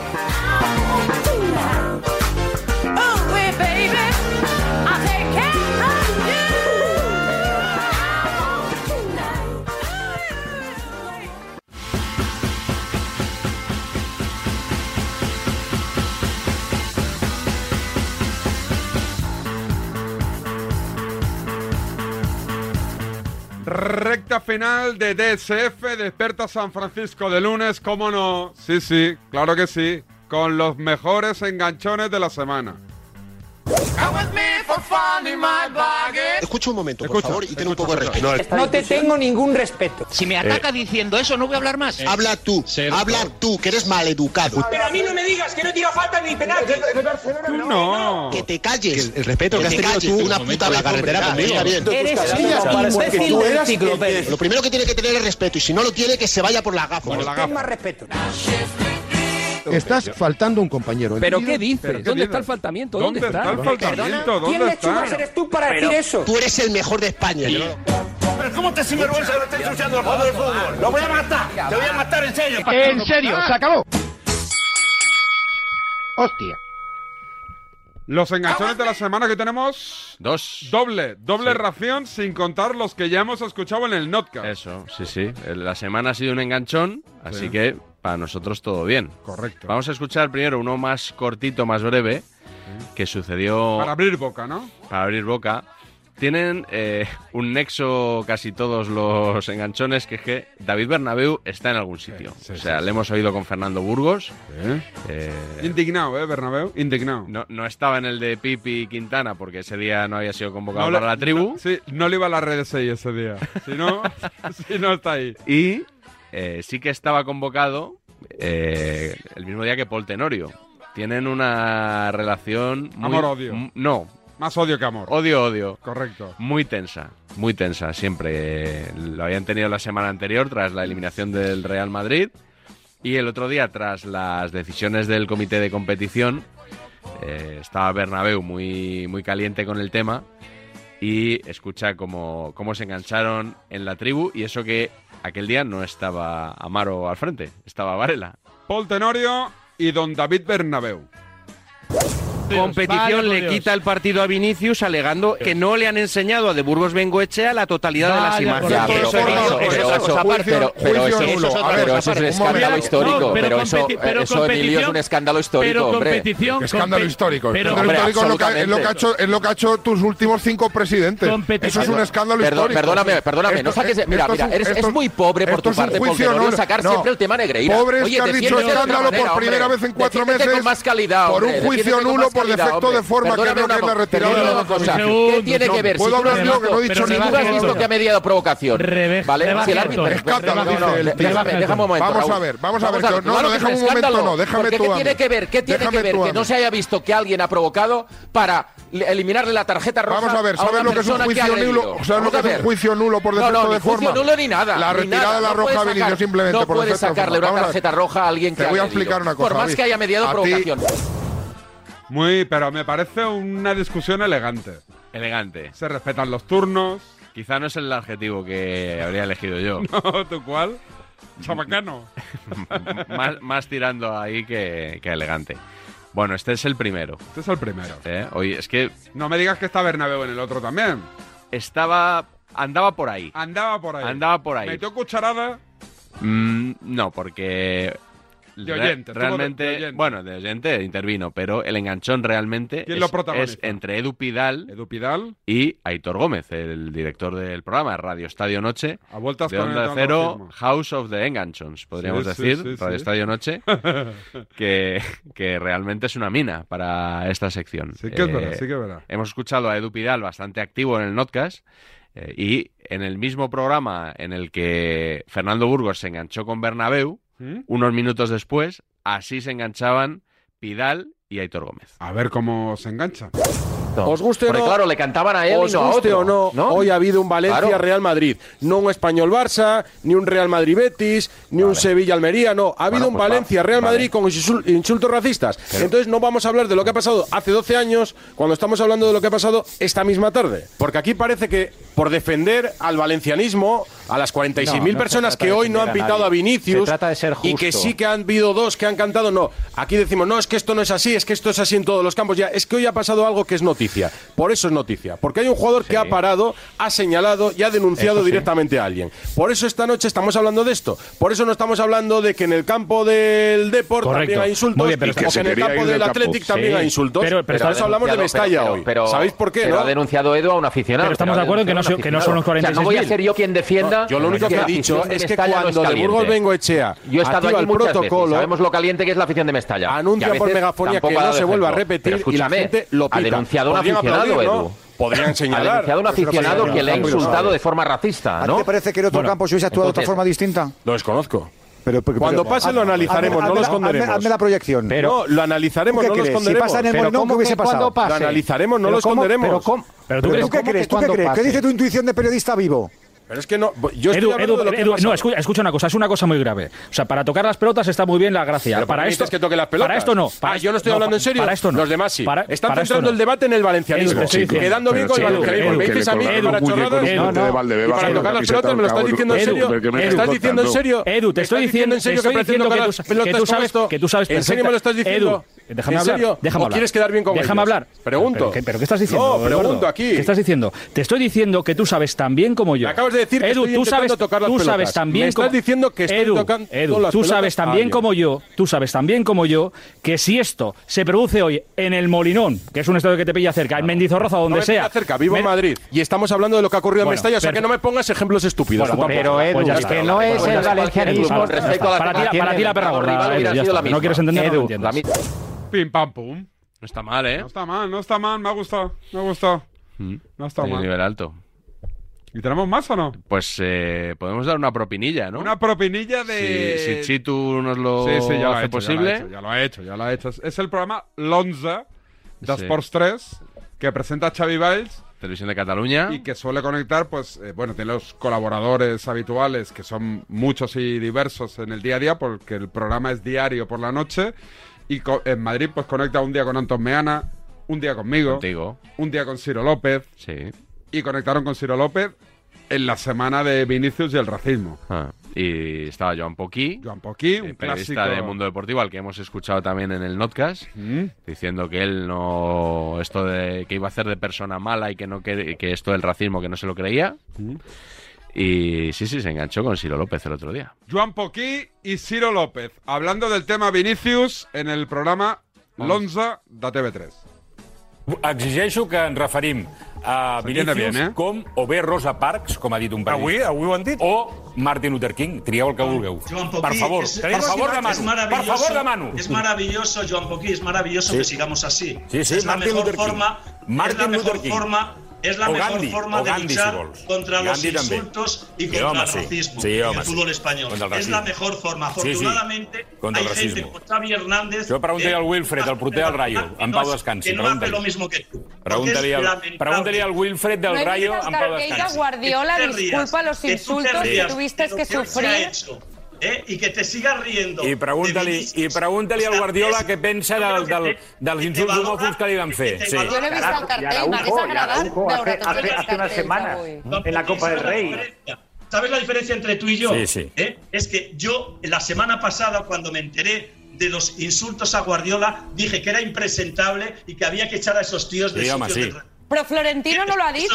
[SPEAKER 17] Oh,
[SPEAKER 24] Recta final de DSF, despierta San Francisco de lunes, ¿cómo no? Sí, sí, claro que sí, con los mejores enganchones de la semana.
[SPEAKER 32] Escucha un momento,
[SPEAKER 24] por favor, y ten un poco de respeto.
[SPEAKER 32] No Eh, te tengo ningún respeto.
[SPEAKER 38] Si me
[SPEAKER 6] Eh.
[SPEAKER 32] ataca
[SPEAKER 38] diciendo eso, no voy a hablar más.
[SPEAKER 32] Habla tú, habla tú, que eres maleducado.
[SPEAKER 38] Pero a mí no me digas que no tira falta ni
[SPEAKER 6] Eh,
[SPEAKER 38] penalti.
[SPEAKER 32] no. Que te calles. El, respeto que has tenido tú una puta la carretera conmigo.
[SPEAKER 38] Eres
[SPEAKER 32] Está
[SPEAKER 38] un
[SPEAKER 32] bien,
[SPEAKER 38] imbécil
[SPEAKER 32] tú
[SPEAKER 38] de
[SPEAKER 32] eras el que-
[SPEAKER 38] enciclopedia.
[SPEAKER 32] Lo primero que tiene que tener es respeto y si no lo tiene que se vaya por la gafa.
[SPEAKER 38] Por la gafa.
[SPEAKER 32] respeto.
[SPEAKER 40] Estás faltando un compañero.
[SPEAKER 38] ¿Pero qué
[SPEAKER 40] Pero
[SPEAKER 38] dices?
[SPEAKER 40] qué
[SPEAKER 38] ¿Dónde
[SPEAKER 40] dices?
[SPEAKER 38] está el faltamiento?
[SPEAKER 40] ¿Dónde
[SPEAKER 38] ¿Dónde
[SPEAKER 40] está
[SPEAKER 38] está?
[SPEAKER 40] el faltamiento?
[SPEAKER 38] Perdona,
[SPEAKER 40] ¿Dónde
[SPEAKER 38] ¿Quién
[SPEAKER 40] está?
[SPEAKER 38] lechugas eres tú para decir eso?
[SPEAKER 32] Tú eres el mejor de España. yo no-
[SPEAKER 41] Pero ¿cómo te sinvergüenza lo está ensuciando el juego del fútbol? ¡Lo voy a matar! ¡Te voy a matar en serio! ¿Mm?
[SPEAKER 40] En serio, se acabó.
[SPEAKER 38] Hostia.
[SPEAKER 24] Los enganchones de la semana que tenemos. Dos. Doble, doble ración sin contar los que ya hemos escuchado en el Notcast.
[SPEAKER 2] Eso, sí, sí. El- La semana ha sido un enganchón, así
[SPEAKER 24] Sí.
[SPEAKER 2] que para nosotros todo bien.
[SPEAKER 24] Correcto.
[SPEAKER 2] Vamos a escuchar primero uno más cortito, más breve, que sucedió
[SPEAKER 24] Para abrir boca, ¿no?
[SPEAKER 2] para abrir boca. Tienen eh, un nexo casi todos los enganchones, que es que David Bernabeu está en algún sitio. o sea, le hemos oído con Fernando Burgos. Eh,
[SPEAKER 24] Indignado, ¿eh, Bernabéu? Indignado.
[SPEAKER 2] no, no estaba en el de Pipi y Quintana porque ese día no había sido convocado
[SPEAKER 24] No le-
[SPEAKER 2] para la tribu.
[SPEAKER 24] no- sí, no le iba a la red 6 ese día. Si no, si no está ahí.
[SPEAKER 2] Y eh, sí que estaba convocado eh, el mismo día que Paul Tenorio. Tienen una relación. muy-
[SPEAKER 24] Amor-odio.
[SPEAKER 2] m- No.
[SPEAKER 24] Más odio que amor.
[SPEAKER 2] Odio, odio.
[SPEAKER 24] Correcto.
[SPEAKER 2] Muy tensa, muy tensa, siempre. Eh, Lo habían tenido la semana anterior tras la eliminación del Real Madrid. Y el otro día, tras las decisiones del comité de competición, eh, estaba Bernabéu muy, muy caliente con el tema. y escucha cómo, cómo se engancharon en la tribu y eso que aquel día no estaba Amaro al frente, estaba Varela.
[SPEAKER 1] Paul Tenorio y don David Bernabeu.
[SPEAKER 42] Competición le quita el partido a Vinicius alegando que no le han enseñado a De Burgos Bengoechea la totalidad de las
[SPEAKER 4] Ya,
[SPEAKER 42] imágenes.
[SPEAKER 4] pero eso- eso- pero- pero eso es
[SPEAKER 42] otra cosa
[SPEAKER 4] pero eso es un
[SPEAKER 42] aparte.
[SPEAKER 4] escándalo histórico.
[SPEAKER 42] No,
[SPEAKER 4] Pero eso,
[SPEAKER 42] competi- pero
[SPEAKER 4] eso Emilio, es
[SPEAKER 42] competición-
[SPEAKER 4] un escándalo histórico, hombre.
[SPEAKER 19] escándalo histórico. escándalo
[SPEAKER 4] Hombre,
[SPEAKER 19] histórico es lo, que, es lo que ha
[SPEAKER 4] absolutamente.
[SPEAKER 19] hecho, es lo que ha hecho tus últimos cinco presidentes. Eso es un escándalo
[SPEAKER 4] Perdón-
[SPEAKER 19] histórico.
[SPEAKER 4] Perdóname, perdóname. no
[SPEAKER 19] Esto-
[SPEAKER 4] saques. de- Mira,
[SPEAKER 19] esto
[SPEAKER 4] mira,
[SPEAKER 19] un-
[SPEAKER 4] eres,
[SPEAKER 19] esto-
[SPEAKER 4] es muy pobre por
[SPEAKER 19] esto
[SPEAKER 4] tu
[SPEAKER 19] es un
[SPEAKER 4] parte,
[SPEAKER 19] juicio,
[SPEAKER 4] Polterón,
[SPEAKER 19] no-
[SPEAKER 4] sacar
[SPEAKER 19] no.
[SPEAKER 4] siempre el tema Negreira.
[SPEAKER 19] Pobre es
[SPEAKER 4] Oye,
[SPEAKER 19] que has dicho
[SPEAKER 4] defiéndete de otra
[SPEAKER 19] escándalo por
[SPEAKER 4] manera,
[SPEAKER 19] primera
[SPEAKER 4] hombre.
[SPEAKER 19] vez en cuatro
[SPEAKER 4] Defiéndete
[SPEAKER 19] meses
[SPEAKER 4] con más calidad,
[SPEAKER 19] por un
[SPEAKER 4] hombre.
[SPEAKER 19] juicio
[SPEAKER 4] Defiéndete con
[SPEAKER 19] nulo
[SPEAKER 4] más
[SPEAKER 19] por
[SPEAKER 4] calidad,
[SPEAKER 19] defecto
[SPEAKER 4] hombre.
[SPEAKER 19] de forma, que
[SPEAKER 4] Perdóname
[SPEAKER 19] es lo
[SPEAKER 4] una
[SPEAKER 19] que es la
[SPEAKER 4] co-
[SPEAKER 19] retirada
[SPEAKER 4] perdóname
[SPEAKER 19] de la
[SPEAKER 4] una cosa.
[SPEAKER 19] comisión.
[SPEAKER 4] ¿Qué tiene que ver?
[SPEAKER 19] Puedo
[SPEAKER 4] Si tú
[SPEAKER 19] hablar
[SPEAKER 4] no-
[SPEAKER 19] yo, que no he dicho
[SPEAKER 4] pero si tú
[SPEAKER 19] ninguna
[SPEAKER 4] has visto
[SPEAKER 19] cosa.
[SPEAKER 4] que ha mediado provocación.
[SPEAKER 19] Rebaja-
[SPEAKER 4] ¿Vale? Si el
[SPEAKER 19] rebaja
[SPEAKER 4] árbitro.
[SPEAKER 19] esto. Escándalo,
[SPEAKER 4] No, no,
[SPEAKER 19] dice el tío.
[SPEAKER 4] déjame, déjame un momento.
[SPEAKER 19] Vamos a
[SPEAKER 4] Raúl.
[SPEAKER 19] ver, vamos a ver,
[SPEAKER 4] Vamos
[SPEAKER 19] que- no,
[SPEAKER 4] que
[SPEAKER 19] no,
[SPEAKER 4] es
[SPEAKER 19] déjame un momento,
[SPEAKER 4] escándalo.
[SPEAKER 19] no, déjame
[SPEAKER 4] Porque
[SPEAKER 19] tú
[SPEAKER 4] ¿Qué
[SPEAKER 19] a mí.
[SPEAKER 4] tiene que ver? ¿Qué tiene que
[SPEAKER 19] Déjame
[SPEAKER 4] ver
[SPEAKER 19] tú a
[SPEAKER 4] que no
[SPEAKER 19] mí.
[SPEAKER 4] se haya visto que alguien ha provocado para le- eliminarle la tarjeta roja?
[SPEAKER 19] Vamos a ver, ¿sabes
[SPEAKER 4] una
[SPEAKER 19] lo que es un
[SPEAKER 4] persona ha
[SPEAKER 19] juicio
[SPEAKER 4] agredido?
[SPEAKER 19] nulo? ¿Sabes lo
[SPEAKER 4] Vamos
[SPEAKER 19] que
[SPEAKER 4] a
[SPEAKER 19] es un
[SPEAKER 4] ver.
[SPEAKER 19] juicio nulo por defecto
[SPEAKER 4] no, no,
[SPEAKER 19] de
[SPEAKER 4] ni juicio
[SPEAKER 19] forma?
[SPEAKER 4] nulo ni nada.
[SPEAKER 19] La
[SPEAKER 4] ni
[SPEAKER 19] retirada
[SPEAKER 4] nada.
[SPEAKER 19] de la
[SPEAKER 4] No
[SPEAKER 19] roja
[SPEAKER 4] puedes
[SPEAKER 19] a Vinicius
[SPEAKER 4] sacar-
[SPEAKER 19] simplemente
[SPEAKER 4] No
[SPEAKER 19] por
[SPEAKER 4] puedes
[SPEAKER 19] defecto de
[SPEAKER 4] sacarle
[SPEAKER 19] forma.
[SPEAKER 4] una
[SPEAKER 19] Vamos a ver.
[SPEAKER 4] tarjeta roja a alguien que
[SPEAKER 19] Te voy a
[SPEAKER 4] ha agredido.
[SPEAKER 19] explicar una cosa,
[SPEAKER 4] Por más
[SPEAKER 19] David.
[SPEAKER 4] que haya mediado
[SPEAKER 19] A ti-
[SPEAKER 4] provocación.
[SPEAKER 1] Muy, pero me parece una discusión elegante.
[SPEAKER 2] Elegante.
[SPEAKER 1] Se respetan los turnos.
[SPEAKER 2] Quizá no es el adjetivo que habría elegido yo.
[SPEAKER 1] No, ¿tú cuál? Chamacano.
[SPEAKER 2] más, más tirando ahí que, que elegante. Bueno, este es el primero.
[SPEAKER 1] Este es el primero.
[SPEAKER 2] ¿eh? Oye, es que
[SPEAKER 1] No me digas que está Bernabeu en el otro también.
[SPEAKER 2] estaba. Andaba por ahí.
[SPEAKER 1] Andaba por ahí.
[SPEAKER 2] Andaba por ahí.
[SPEAKER 1] Metió cucharada.
[SPEAKER 2] Mm, no, porque.
[SPEAKER 1] De
[SPEAKER 2] re-
[SPEAKER 1] oyente, estuvo de-
[SPEAKER 2] realmente,
[SPEAKER 1] de oyente.
[SPEAKER 2] bueno, de oyente intervino, pero el enganchón realmente
[SPEAKER 1] ¿Quién
[SPEAKER 2] es,
[SPEAKER 1] lo protagoniza?
[SPEAKER 2] es entre Edu Pidal, y Aitor Gómez, el director del programa Radio Estadio Noche,
[SPEAKER 1] A vueltas
[SPEAKER 2] de
[SPEAKER 1] con el
[SPEAKER 2] Onda Cero,
[SPEAKER 1] anarquismo.
[SPEAKER 2] House of the Enganchons, podríamos
[SPEAKER 1] Sí, sí,
[SPEAKER 2] decir,
[SPEAKER 1] sí, sí.
[SPEAKER 2] Radio Estadio Noche, que, que realmente es una mina para esta sección. Eh,
[SPEAKER 1] Sí que es verdad, sí que es verdad.
[SPEAKER 2] Hemos escuchado a Edu Pidal bastante activo en el Notcast. eh, y en el mismo programa en el que Fernando Burgos se enganchó con Bernabeu,
[SPEAKER 1] ¿Mm?
[SPEAKER 2] unos minutos después, así se enganchaban Pidal y Aitor Gómez.
[SPEAKER 1] A ver cómo se engancha.
[SPEAKER 4] Os guste o Porque, no, claro, le cantaban a él
[SPEAKER 8] Os
[SPEAKER 4] y no a
[SPEAKER 8] guste
[SPEAKER 4] otro,
[SPEAKER 8] o no,
[SPEAKER 4] ¿no?
[SPEAKER 8] hoy ha habido un Valencia-Real Madrid. No un Español-Barça, ni un Real Madrid-Betis, ni un Sevilla-Almería, no. Ha habido un
[SPEAKER 4] pues
[SPEAKER 8] Valencia-Real Madrid con insul- insultos racistas. Entonces no vamos a hablar de lo que ha pasado hace 12 años cuando estamos hablando de lo que ha pasado esta misma tarde. Porque aquí parece que por defender al valencianismo, a las 46.000
[SPEAKER 28] No, no se
[SPEAKER 8] personas
[SPEAKER 28] trata
[SPEAKER 8] que
[SPEAKER 28] de
[SPEAKER 8] hoy no han
[SPEAKER 28] defender a
[SPEAKER 8] pitado a
[SPEAKER 28] nadie.
[SPEAKER 8] Vinicius
[SPEAKER 28] Se trata de ser
[SPEAKER 8] y que
[SPEAKER 28] justo.
[SPEAKER 8] sí que han habido dos que han cantado, no. Aquí decimos, no, es que esto no es así, es que esto es así en todos los campos. Ya, es que hoy ha pasado algo que es noticia. Por eso es noticia. Porque hay un jugador que ha parado, ha señalado y ha denunciado
[SPEAKER 28] Eso sí.
[SPEAKER 8] directamente a alguien. Por eso esta noche estamos hablando de esto. Por eso no estamos hablando de que en el campo del deporte también hay insultos.
[SPEAKER 28] Muy bien, pero
[SPEAKER 8] y que en el campo del Athletic también hay insultos. por eso hablamos de Mestalla hoy. ¿Sabéis por qué?
[SPEAKER 4] Pero
[SPEAKER 8] no?
[SPEAKER 4] ha denunciado Edu a un aficionado.
[SPEAKER 8] Pero estamos
[SPEAKER 4] Pero
[SPEAKER 8] de acuerdo en que no
[SPEAKER 4] ha denunciado
[SPEAKER 8] so-
[SPEAKER 4] a un
[SPEAKER 8] que no son los
[SPEAKER 4] aficionado. O sea, no voy a
[SPEAKER 8] 46.000.
[SPEAKER 4] ser yo quien defienda.
[SPEAKER 8] Yo lo único que he
[SPEAKER 4] la
[SPEAKER 8] dicho
[SPEAKER 4] afición de
[SPEAKER 8] es que
[SPEAKER 4] Mestalla no es
[SPEAKER 8] cuando de
[SPEAKER 4] caliente.
[SPEAKER 8] Burgos vengo Echea,
[SPEAKER 4] Yo he estado
[SPEAKER 8] activa
[SPEAKER 4] aquí
[SPEAKER 8] el
[SPEAKER 4] muchas veces.
[SPEAKER 8] protocolo,
[SPEAKER 4] Sabemos lo caliente que es la afición de Mestalla.
[SPEAKER 8] Anuncia
[SPEAKER 4] Que a
[SPEAKER 8] por
[SPEAKER 4] veces
[SPEAKER 8] megafonía
[SPEAKER 4] tampoco
[SPEAKER 8] que
[SPEAKER 4] ha
[SPEAKER 8] no
[SPEAKER 4] dado
[SPEAKER 8] se vuelva a
[SPEAKER 4] ejemplo.
[SPEAKER 8] repetir
[SPEAKER 4] Pero
[SPEAKER 8] y la
[SPEAKER 4] escúchame,
[SPEAKER 8] gente lo
[SPEAKER 4] Ha
[SPEAKER 8] pita.
[SPEAKER 4] denunciado a un
[SPEAKER 8] Podrían
[SPEAKER 4] aficionado,
[SPEAKER 8] aplaudir, ¿no?
[SPEAKER 4] Edu.
[SPEAKER 8] Podrían señalar.
[SPEAKER 4] Ha denunciado a un
[SPEAKER 8] Pero es una
[SPEAKER 4] aficionado que le ha
[SPEAKER 8] señal, pero
[SPEAKER 4] insultado
[SPEAKER 8] no.
[SPEAKER 4] de forma racista,
[SPEAKER 34] ¿A ti
[SPEAKER 4] ¿no?
[SPEAKER 34] te parece que en otro
[SPEAKER 4] Bueno,
[SPEAKER 34] campo se hubiese actuado de
[SPEAKER 4] entonces,
[SPEAKER 34] otra forma distinta?
[SPEAKER 8] Lo desconozco.
[SPEAKER 34] Pero,
[SPEAKER 8] Cuando pase lo analizaremos, no lo esconderemos.
[SPEAKER 34] Hazme la proyección.
[SPEAKER 8] no, lo analizaremos,
[SPEAKER 34] ¿Tú qué
[SPEAKER 8] no lo
[SPEAKER 34] crees?
[SPEAKER 8] esconderemos.
[SPEAKER 34] Si pasa en el Molinón, ¿qué hubiese pasado?
[SPEAKER 8] Lo analizaremos, no lo esconderemos.
[SPEAKER 34] ¿Pero tú qué crees? ¿Tú qué crees? ¿Qué dice tu intuición de periodista vivo?
[SPEAKER 8] Pero es que no. Yo estoy
[SPEAKER 6] Edu,
[SPEAKER 8] hablando
[SPEAKER 6] Edu,
[SPEAKER 8] de lo que
[SPEAKER 6] Edu,
[SPEAKER 8] ha pasado.
[SPEAKER 6] no, escucha, escucha una cosa, es una cosa muy grave. O sea, para tocar las pelotas está muy bien la gracia.
[SPEAKER 8] Pero ¿por
[SPEAKER 6] para
[SPEAKER 8] qué
[SPEAKER 6] esto
[SPEAKER 8] dices que toque las pelotas?
[SPEAKER 6] Para esto no.
[SPEAKER 8] Ah,
[SPEAKER 6] para-
[SPEAKER 8] yo no estoy hablando
[SPEAKER 6] pa-
[SPEAKER 8] en serio.
[SPEAKER 6] Para esto no.
[SPEAKER 8] Los demás sí.
[SPEAKER 6] Para-
[SPEAKER 8] Están
[SPEAKER 6] para esto
[SPEAKER 8] centrando
[SPEAKER 6] no.
[SPEAKER 8] el debate en el
[SPEAKER 6] Edu,
[SPEAKER 8] valencianismo.
[SPEAKER 6] te estoy diciendo-
[SPEAKER 8] Quedando bien
[SPEAKER 6] Pero
[SPEAKER 8] con el
[SPEAKER 6] chico,
[SPEAKER 8] valencianismo.
[SPEAKER 6] Edu,
[SPEAKER 8] Me dices a mí
[SPEAKER 6] Edu,
[SPEAKER 8] para
[SPEAKER 6] Edu,
[SPEAKER 8] chorradas
[SPEAKER 6] Edu,
[SPEAKER 8] y
[SPEAKER 6] no, no.
[SPEAKER 8] para tocar las pelotas. ¿Me lo estás diciendo en serio? ¿Me estás diciendo en serio?
[SPEAKER 6] Edu, te
[SPEAKER 8] ¿Me
[SPEAKER 6] estoy
[SPEAKER 8] estás
[SPEAKER 6] diciendo,
[SPEAKER 8] en serio
[SPEAKER 6] te
[SPEAKER 8] que
[SPEAKER 6] estoy
[SPEAKER 8] pretendo
[SPEAKER 6] diciendo que,
[SPEAKER 8] tocar
[SPEAKER 6] tú,
[SPEAKER 8] las
[SPEAKER 6] que tú
[SPEAKER 8] pelotas con
[SPEAKER 6] sabes,
[SPEAKER 8] esto?
[SPEAKER 6] que tú sabes
[SPEAKER 8] ¿En serio
[SPEAKER 6] perfecta-
[SPEAKER 8] me lo estás diciendo?
[SPEAKER 6] Edu, déjame
[SPEAKER 8] ¿En
[SPEAKER 6] hablar.
[SPEAKER 8] serio?
[SPEAKER 6] Déjame
[SPEAKER 8] ¿O
[SPEAKER 6] hablar.
[SPEAKER 8] quieres quedar bien con
[SPEAKER 6] Déjame
[SPEAKER 8] ellos?
[SPEAKER 6] hablar.
[SPEAKER 8] Pregunto.
[SPEAKER 6] ¿Pero, qué- pero qué estás diciendo?
[SPEAKER 8] No, pregunto
[SPEAKER 6] Eduardo?
[SPEAKER 8] aquí.
[SPEAKER 6] ¿Qué estás diciendo? Te estoy diciendo que tú sabes tan bien como yo.
[SPEAKER 8] Me acabas de decir que
[SPEAKER 6] Edu,
[SPEAKER 8] estoy
[SPEAKER 6] tú
[SPEAKER 8] intentando
[SPEAKER 6] sabes,
[SPEAKER 8] tocar las
[SPEAKER 6] tú
[SPEAKER 8] pelotas.
[SPEAKER 6] sabes tan bien
[SPEAKER 8] Me estás
[SPEAKER 6] como-
[SPEAKER 8] diciendo que estoy
[SPEAKER 6] Edu,
[SPEAKER 8] tocando
[SPEAKER 6] Edu,
[SPEAKER 8] las
[SPEAKER 6] tú
[SPEAKER 8] pelotas
[SPEAKER 6] sabes
[SPEAKER 8] a
[SPEAKER 6] tan bien
[SPEAKER 8] alguien.
[SPEAKER 6] como yo, tú sabes tan bien como yo que si esto se produce hoy en el Molinón, que es un estadio que te pilla cerca, en Mendizorroza, donde
[SPEAKER 8] No me
[SPEAKER 6] sea,
[SPEAKER 8] pilla cerca, vivo en
[SPEAKER 6] me-
[SPEAKER 8] Madrid. Y estamos hablando de lo que ha ocurrido en
[SPEAKER 6] Bueno,
[SPEAKER 8] Mestalla, o sea
[SPEAKER 6] pero-
[SPEAKER 8] que no me pongas ejemplos estúpidos.
[SPEAKER 6] Bueno,
[SPEAKER 8] tú
[SPEAKER 6] bueno,
[SPEAKER 8] tampoco.
[SPEAKER 6] pues ya está. Pues ya está. Vale, ya está. para ti, para ti la perra gorda, Edu, ya está. No quieres entender, no lo entiendes.
[SPEAKER 1] Pim pam pum.
[SPEAKER 2] No está mal, ¿eh?
[SPEAKER 1] No está mal, no está mal. Me ha gustado. Me ha gustado. No está
[SPEAKER 2] Hay un
[SPEAKER 1] mal.
[SPEAKER 2] ¿Mm? nivel alto.
[SPEAKER 1] ¿Y tenemos más o no?
[SPEAKER 2] Pues eh, podemos dar una propinilla, ¿no?
[SPEAKER 1] Una propinilla de.
[SPEAKER 2] Si, si Chitu nos lo
[SPEAKER 1] Sí, sí, ya lo ha
[SPEAKER 2] hace
[SPEAKER 1] hecho, ya lo ha
[SPEAKER 2] posible.
[SPEAKER 1] hecho, Ya lo ha hecho, ya lo ha hecho. Es- Es el programa Lonza de
[SPEAKER 2] Sí.
[SPEAKER 1] Sports 3 que presenta Xavi Valls
[SPEAKER 2] Televisión de Cataluña.
[SPEAKER 1] y que suele conectar, pues, eh, bueno, tiene los colaboradores habituales que son muchos y diversos en el día a día porque el programa es diario por la noche y co- en Madrid pues conecta un día con Anton Meana, un día conmigo, un día con Ciro López.
[SPEAKER 2] Sí.
[SPEAKER 1] y conectaron con Ciro López en la semana de Vinicius y el racismo.
[SPEAKER 2] Ah, Y estaba Joan Poquí.
[SPEAKER 1] Joan Poquí, un
[SPEAKER 2] periodista
[SPEAKER 1] clásico.
[SPEAKER 2] de Mundo Deportivo, al que hemos escuchado también en el Notcast, diciendo que él no. Esto de que iba a hacer de persona mala y que, no, que, que esto del racismo que no se lo creía. Y sí, sí, se enganchó con Siro López el otro día.
[SPEAKER 1] Joan Poquí y Ciro López, hablando del tema Vinicius en el programa Lonza de TV3.
[SPEAKER 34] Exigeixo que ens referim a
[SPEAKER 1] S'entiende
[SPEAKER 34] Vinícius
[SPEAKER 1] bien, eh?
[SPEAKER 34] com o bé Rosa Parks, com ha dit un periodista.
[SPEAKER 1] Avui-
[SPEAKER 34] avui ho han dit. O Martin Luther King, trieu el que vulgueu. per favor,
[SPEAKER 6] es,
[SPEAKER 34] per
[SPEAKER 6] es-
[SPEAKER 34] favor,
[SPEAKER 6] es
[SPEAKER 34] demano. Per
[SPEAKER 6] maravilloso,
[SPEAKER 34] favor, demano.
[SPEAKER 6] Es maravilloso, Joan Poquí, es maravilloso
[SPEAKER 34] Sí.
[SPEAKER 6] que sigamos así.
[SPEAKER 34] Sí, sí,
[SPEAKER 6] es la
[SPEAKER 34] Martin
[SPEAKER 6] mejor
[SPEAKER 34] Luther King.
[SPEAKER 6] forma, es la
[SPEAKER 34] Martin
[SPEAKER 6] mejor
[SPEAKER 34] Luther King.
[SPEAKER 6] forma, es la
[SPEAKER 34] O
[SPEAKER 6] mejor
[SPEAKER 34] Gandhi,
[SPEAKER 6] forma
[SPEAKER 34] o
[SPEAKER 6] de
[SPEAKER 34] Gandhi,
[SPEAKER 6] luchar
[SPEAKER 34] si vols.
[SPEAKER 6] contra
[SPEAKER 34] I
[SPEAKER 6] los
[SPEAKER 34] Gandhi també.
[SPEAKER 6] insultos y
[SPEAKER 34] Sí,
[SPEAKER 6] contra
[SPEAKER 34] home,
[SPEAKER 6] el
[SPEAKER 34] sí.
[SPEAKER 6] racismo
[SPEAKER 34] Sí,
[SPEAKER 6] en
[SPEAKER 34] home,
[SPEAKER 6] el
[SPEAKER 34] sí.
[SPEAKER 6] fútbol español.
[SPEAKER 34] Contra el
[SPEAKER 6] Es la
[SPEAKER 34] racisme.
[SPEAKER 6] mejor forma.
[SPEAKER 34] Sí, sí.
[SPEAKER 6] Afortunadamente,
[SPEAKER 34] Contra
[SPEAKER 6] hay
[SPEAKER 34] el
[SPEAKER 6] gente
[SPEAKER 34] racismo.
[SPEAKER 6] como Xavi Hernández.
[SPEAKER 34] Jo preguntaria
[SPEAKER 6] eh,
[SPEAKER 34] al Wilfred, al porter del Rayo,
[SPEAKER 6] que
[SPEAKER 34] en
[SPEAKER 6] no
[SPEAKER 34] Pau
[SPEAKER 6] hace-
[SPEAKER 34] Descansi.
[SPEAKER 6] Que no hace lo
[SPEAKER 34] Pregunta-li
[SPEAKER 6] mismo que tú.
[SPEAKER 34] pregunta-li al,
[SPEAKER 6] lamentable.
[SPEAKER 34] pregunta al Wilfred del
[SPEAKER 17] No es
[SPEAKER 34] Rayo, en Pau
[SPEAKER 17] claro que diga
[SPEAKER 34] Descansi.
[SPEAKER 17] Guardiola
[SPEAKER 6] Que tú te rías,
[SPEAKER 17] disculpa los
[SPEAKER 6] que tú te
[SPEAKER 17] insultos que
[SPEAKER 34] rías
[SPEAKER 17] tuviste
[SPEAKER 6] de
[SPEAKER 17] que
[SPEAKER 6] lo que hoy se ha
[SPEAKER 17] sufrir.
[SPEAKER 6] hecho, ¿eh? Y que te sigas riendo.
[SPEAKER 34] I pregunta-li i pregunta al Guardiola què pensa del, del, dels insults homòfobs que li van fer. Sí.
[SPEAKER 17] Yo no he visto el
[SPEAKER 34] Y
[SPEAKER 17] cartel,
[SPEAKER 34] Araujo,
[SPEAKER 17] m'hagués
[SPEAKER 34] y
[SPEAKER 17] agradat
[SPEAKER 34] Araujo,
[SPEAKER 17] veure
[SPEAKER 34] hace-
[SPEAKER 17] tots
[SPEAKER 34] hace-
[SPEAKER 17] aquests
[SPEAKER 34] hace unas
[SPEAKER 17] cartells
[SPEAKER 34] semanas.
[SPEAKER 17] avui.
[SPEAKER 6] en la Copa del Rey. ¿Sabes la diferencia entre tú y yo?
[SPEAKER 34] Sí, sí.
[SPEAKER 6] ¿Eh? Es que yo, la semana pasada, cuando me enteré de los insultos a Guardiola, dije que era impresentable y que había que echar a esos tíos de
[SPEAKER 34] Sí, home,
[SPEAKER 6] sitios
[SPEAKER 34] sí.
[SPEAKER 6] del-
[SPEAKER 17] Pero Florentino no lo ha dicho.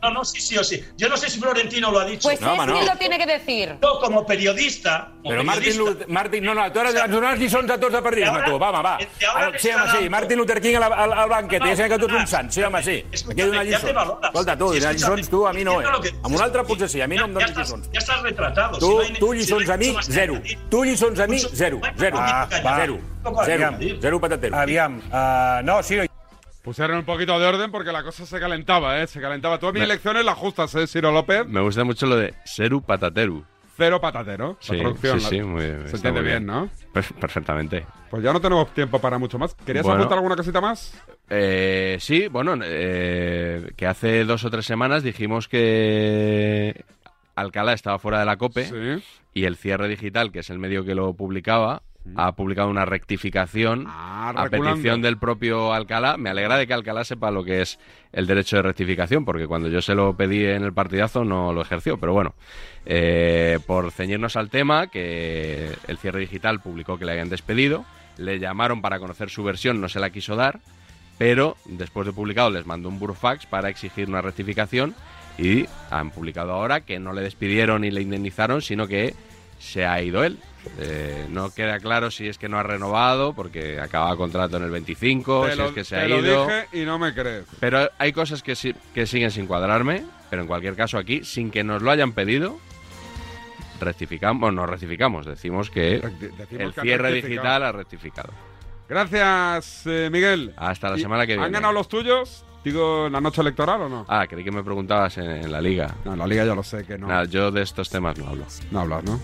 [SPEAKER 6] No, no, sí, sí o sí. Yo no sé si Florentino lo ha dicho.
[SPEAKER 17] Pues es que lo tiene que decir.
[SPEAKER 6] Yo, como periodista. como
[SPEAKER 34] Però Martin,
[SPEAKER 6] periodista,
[SPEAKER 34] Luther, Martin, no, no, tu ara ens dones lliçons a tots de partits, home, tu, va, home, va. Ara, Ah, sí, home, sí, Martin Luther King al, al, al banquet, ja sé que tu ets un sant, sí, home, sí. Aquí dona lliçons. Escolta, tu, donar lliçons, tu, a mi no, eh? Amb un altre potser sí, a mi no em dones lliçons.
[SPEAKER 6] ya estás retratado.
[SPEAKER 34] Tu,
[SPEAKER 6] si no hay-
[SPEAKER 34] tu
[SPEAKER 6] si no hay
[SPEAKER 34] lliçons a mi,
[SPEAKER 6] mucho más que
[SPEAKER 34] zero.
[SPEAKER 6] añadir.
[SPEAKER 34] Tu lliçons a mi, zero. Zero.
[SPEAKER 6] Ah, va.
[SPEAKER 34] Zero. Zero. Zero patatero.
[SPEAKER 1] Aviam, no, sí. Pusieron un poquito de orden porque la cosa se calentaba, ¿eh? Se calentaba. Todas mis
[SPEAKER 2] Me-
[SPEAKER 1] elecciones las justas, ¿eh, Ciro López?
[SPEAKER 2] Me gusta mucho lo de Seru Patateru.
[SPEAKER 1] Cero patatero.
[SPEAKER 2] Sí,
[SPEAKER 1] la
[SPEAKER 2] sí,
[SPEAKER 1] producción. la-
[SPEAKER 2] sí, muy bien.
[SPEAKER 1] Se
[SPEAKER 2] está
[SPEAKER 1] entiende
[SPEAKER 2] muy
[SPEAKER 1] bien, ¿no?
[SPEAKER 2] Per- perfectamente.
[SPEAKER 1] Pues ya no tenemos tiempo para mucho más. ¿Querías
[SPEAKER 2] Bueno.
[SPEAKER 1] apuntar alguna cosita más?
[SPEAKER 2] Eh, sí, bueno, eh, que hace dos o tres semanas dijimos que Alcalá estaba fuera de la COPE y el cierre digital, que es el medio que lo publicaba, ha publicado una rectificación a
[SPEAKER 1] Ah, reculando.
[SPEAKER 2] petición del propio Alcalá. Me alegra de que Alcalá sepa lo que es el derecho de rectificación, porque cuando yo se lo pedí en el partidazo no lo ejerció, pero bueno. Eh, por ceñirnos al tema, que el cierre digital publicó que le habían despedido, le llamaron para conocer su versión, no se la quiso dar, pero después de publicado les mandó un burfax para exigir una rectificación y han publicado ahora que no le despidieron y le indemnizaron, sino que se ha ido él. Eh, no queda claro si es que no ha renovado porque acaba contrato en el 25,
[SPEAKER 1] te
[SPEAKER 2] si
[SPEAKER 1] lo,
[SPEAKER 2] es que se
[SPEAKER 1] te
[SPEAKER 2] ha
[SPEAKER 1] lo
[SPEAKER 2] ido.
[SPEAKER 1] dije y no me crees.
[SPEAKER 2] Pero hay cosas que, sí- que siguen sin cuadrarme, pero en cualquier caso aquí, sin que nos lo hayan pedido, rectificamos, no rectificamos, decimos que
[SPEAKER 1] Recti- decimos que
[SPEAKER 2] el
[SPEAKER 1] ha
[SPEAKER 2] cierre
[SPEAKER 1] rectificado.
[SPEAKER 2] digital ha rectificado.
[SPEAKER 1] Gracias, eh, Miguel.
[SPEAKER 2] Hasta la
[SPEAKER 1] Y-
[SPEAKER 2] semana que viene.
[SPEAKER 1] ¿Han ganado los tuyos? Digo, en la noche electoral o no?
[SPEAKER 2] Ah, creí que me preguntabas en, en la liga.
[SPEAKER 1] No, en la liga ya lo sé que no.
[SPEAKER 2] yo de estos temas no hablo.
[SPEAKER 1] No hablas, ¿no?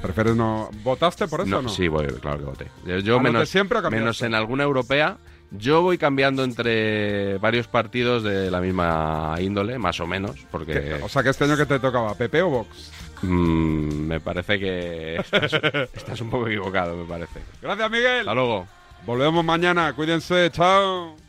[SPEAKER 1] Prefieres no. ¿Votaste por eso
[SPEAKER 2] No,
[SPEAKER 1] o no?
[SPEAKER 2] Sí, voy, claro que voté. Yo, yo
[SPEAKER 1] Ah, ¿no te
[SPEAKER 2] menos,
[SPEAKER 1] siempre o cambiaste?
[SPEAKER 2] menos en alguna europea, yo voy cambiando entre varios partidos de la misma índole, más o menos,
[SPEAKER 1] Que-
[SPEAKER 2] porque
[SPEAKER 1] o sea, que este año que te tocaba, ¿PP o Vox?
[SPEAKER 2] mm, me parece que estás, estás un poco equivocado, me parece.
[SPEAKER 1] Gracias, Miguel.
[SPEAKER 2] Hasta luego.
[SPEAKER 1] Volvemos mañana, cuídense, chao.